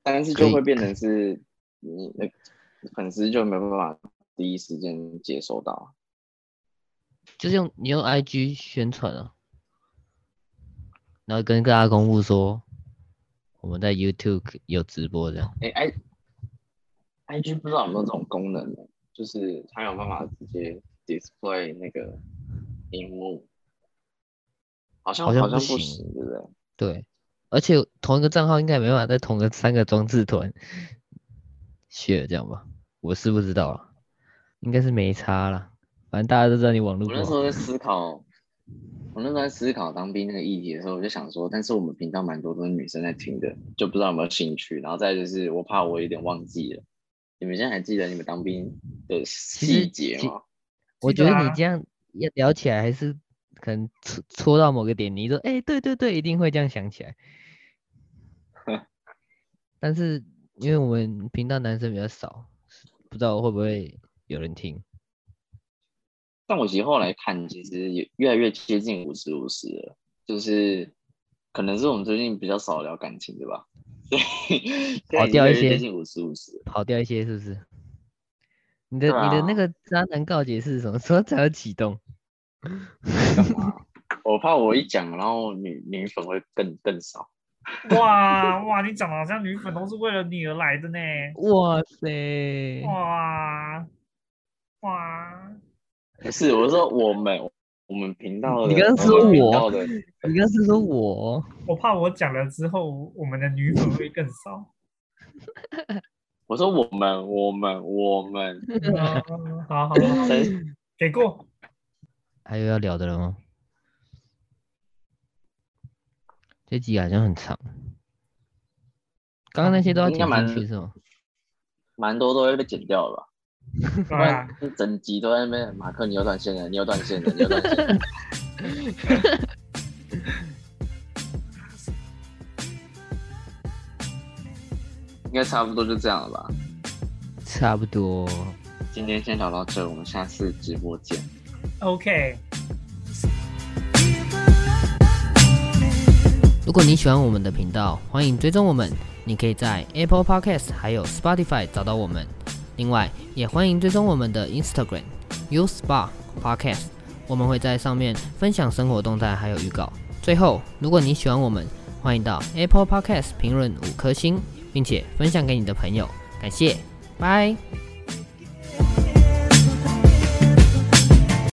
Speaker 3: 但是
Speaker 2: 可
Speaker 3: 就
Speaker 2: 以
Speaker 3: 会变成是你那粉丝就没有办法第一时间接收到，
Speaker 2: 就是用你用 IG 宣传啊，然后跟大家公布说我们在 YouTube 有直播这样。
Speaker 3: 哎、i i g 不知道有没有这种功能呢？就是它有办法直接 display 那个荧幕，好像
Speaker 2: 好像
Speaker 3: 像
Speaker 2: 不
Speaker 3: 不
Speaker 2: 行
Speaker 3: 行，对不对？
Speaker 2: 对，而且同一个账号应该没办法在同个三个装置团 share 这样吧？我是不知道啊，应该是没差啦。反正大家都知道你网络
Speaker 3: 我
Speaker 2: 不
Speaker 3: 那时
Speaker 2: 好
Speaker 3: 候在思考，我那时候在思考当兵那个议题的时候，我就想说，但是我们频道蛮多都是女生在听的，就不知道有没有兴趣。然后再就是，我怕我有点忘记了。你们现在还记得你们当兵的
Speaker 2: 实
Speaker 3: 细节
Speaker 2: 其
Speaker 3: 吗？
Speaker 2: 我
Speaker 1: 记
Speaker 2: 觉
Speaker 1: 得
Speaker 2: 得你
Speaker 1: 啊
Speaker 2: 这样要聊起来，还是可能戳戳到某个点，你说，哎、对对对，一定会这样想起 来。但是因为我们频道男生比较少，不知道会不会有人听。
Speaker 3: 但我其实后来看，其实也越来越接近五十五十了，就是可能是我们最近比较少聊感情的吧，所以现在
Speaker 2: 跑
Speaker 3: 已经
Speaker 2: 掉
Speaker 3: 越
Speaker 2: 一
Speaker 3: 来越接
Speaker 2: 些
Speaker 3: 近五十五十。
Speaker 2: 跑掉一些是不是？你的、
Speaker 3: 对
Speaker 2: 你的
Speaker 3: 啊
Speaker 2: 那个渣男告解是什么 时候才要启动？
Speaker 3: 干嘛？我怕我一讲，然后女女粉会更更少。
Speaker 1: 哇哇，你讲的好像女粉都是为了你而来的呢，
Speaker 2: 哇塞！
Speaker 1: 哇哇，
Speaker 3: 不是，我说我们我们频道的，
Speaker 2: 你刚刚说
Speaker 3: 们频
Speaker 2: 我
Speaker 3: 道的，
Speaker 2: 你刚是说我
Speaker 1: 我怕我讲了之后，我们的女粉会更少。
Speaker 3: 我说我们我们我们，
Speaker 1: 嗯好好好，
Speaker 3: 真
Speaker 1: 给过。
Speaker 2: 还有要聊的了吗？这集好像很长，刚刚那些都要
Speaker 3: 嗯应该
Speaker 2: 剪
Speaker 3: 蛮
Speaker 2: 进去是吗？
Speaker 3: 蛮多都会被剪掉了吧？不
Speaker 1: 对
Speaker 3: 然
Speaker 1: 啊，
Speaker 3: 整集都在那边，马克你又断线了，你又断线了，你又断线了。 应该差不多就这样了吧？
Speaker 2: 差不多，
Speaker 3: 今天先聊到这，我们下次直播见。
Speaker 1: OK，
Speaker 2: 如果你喜欢我们的频道，欢迎追踪我们。你可以在 Apple Podcast 还有 Spotify 找到我们。另外，也欢迎追踪我们的 Instagram U Spa Podcast，我们会在上面分享生活动态还有预告。最后，如果你喜欢我们，欢迎到 Apple Podcast 评论五颗星，并且分享给你的朋友。感谢，拜。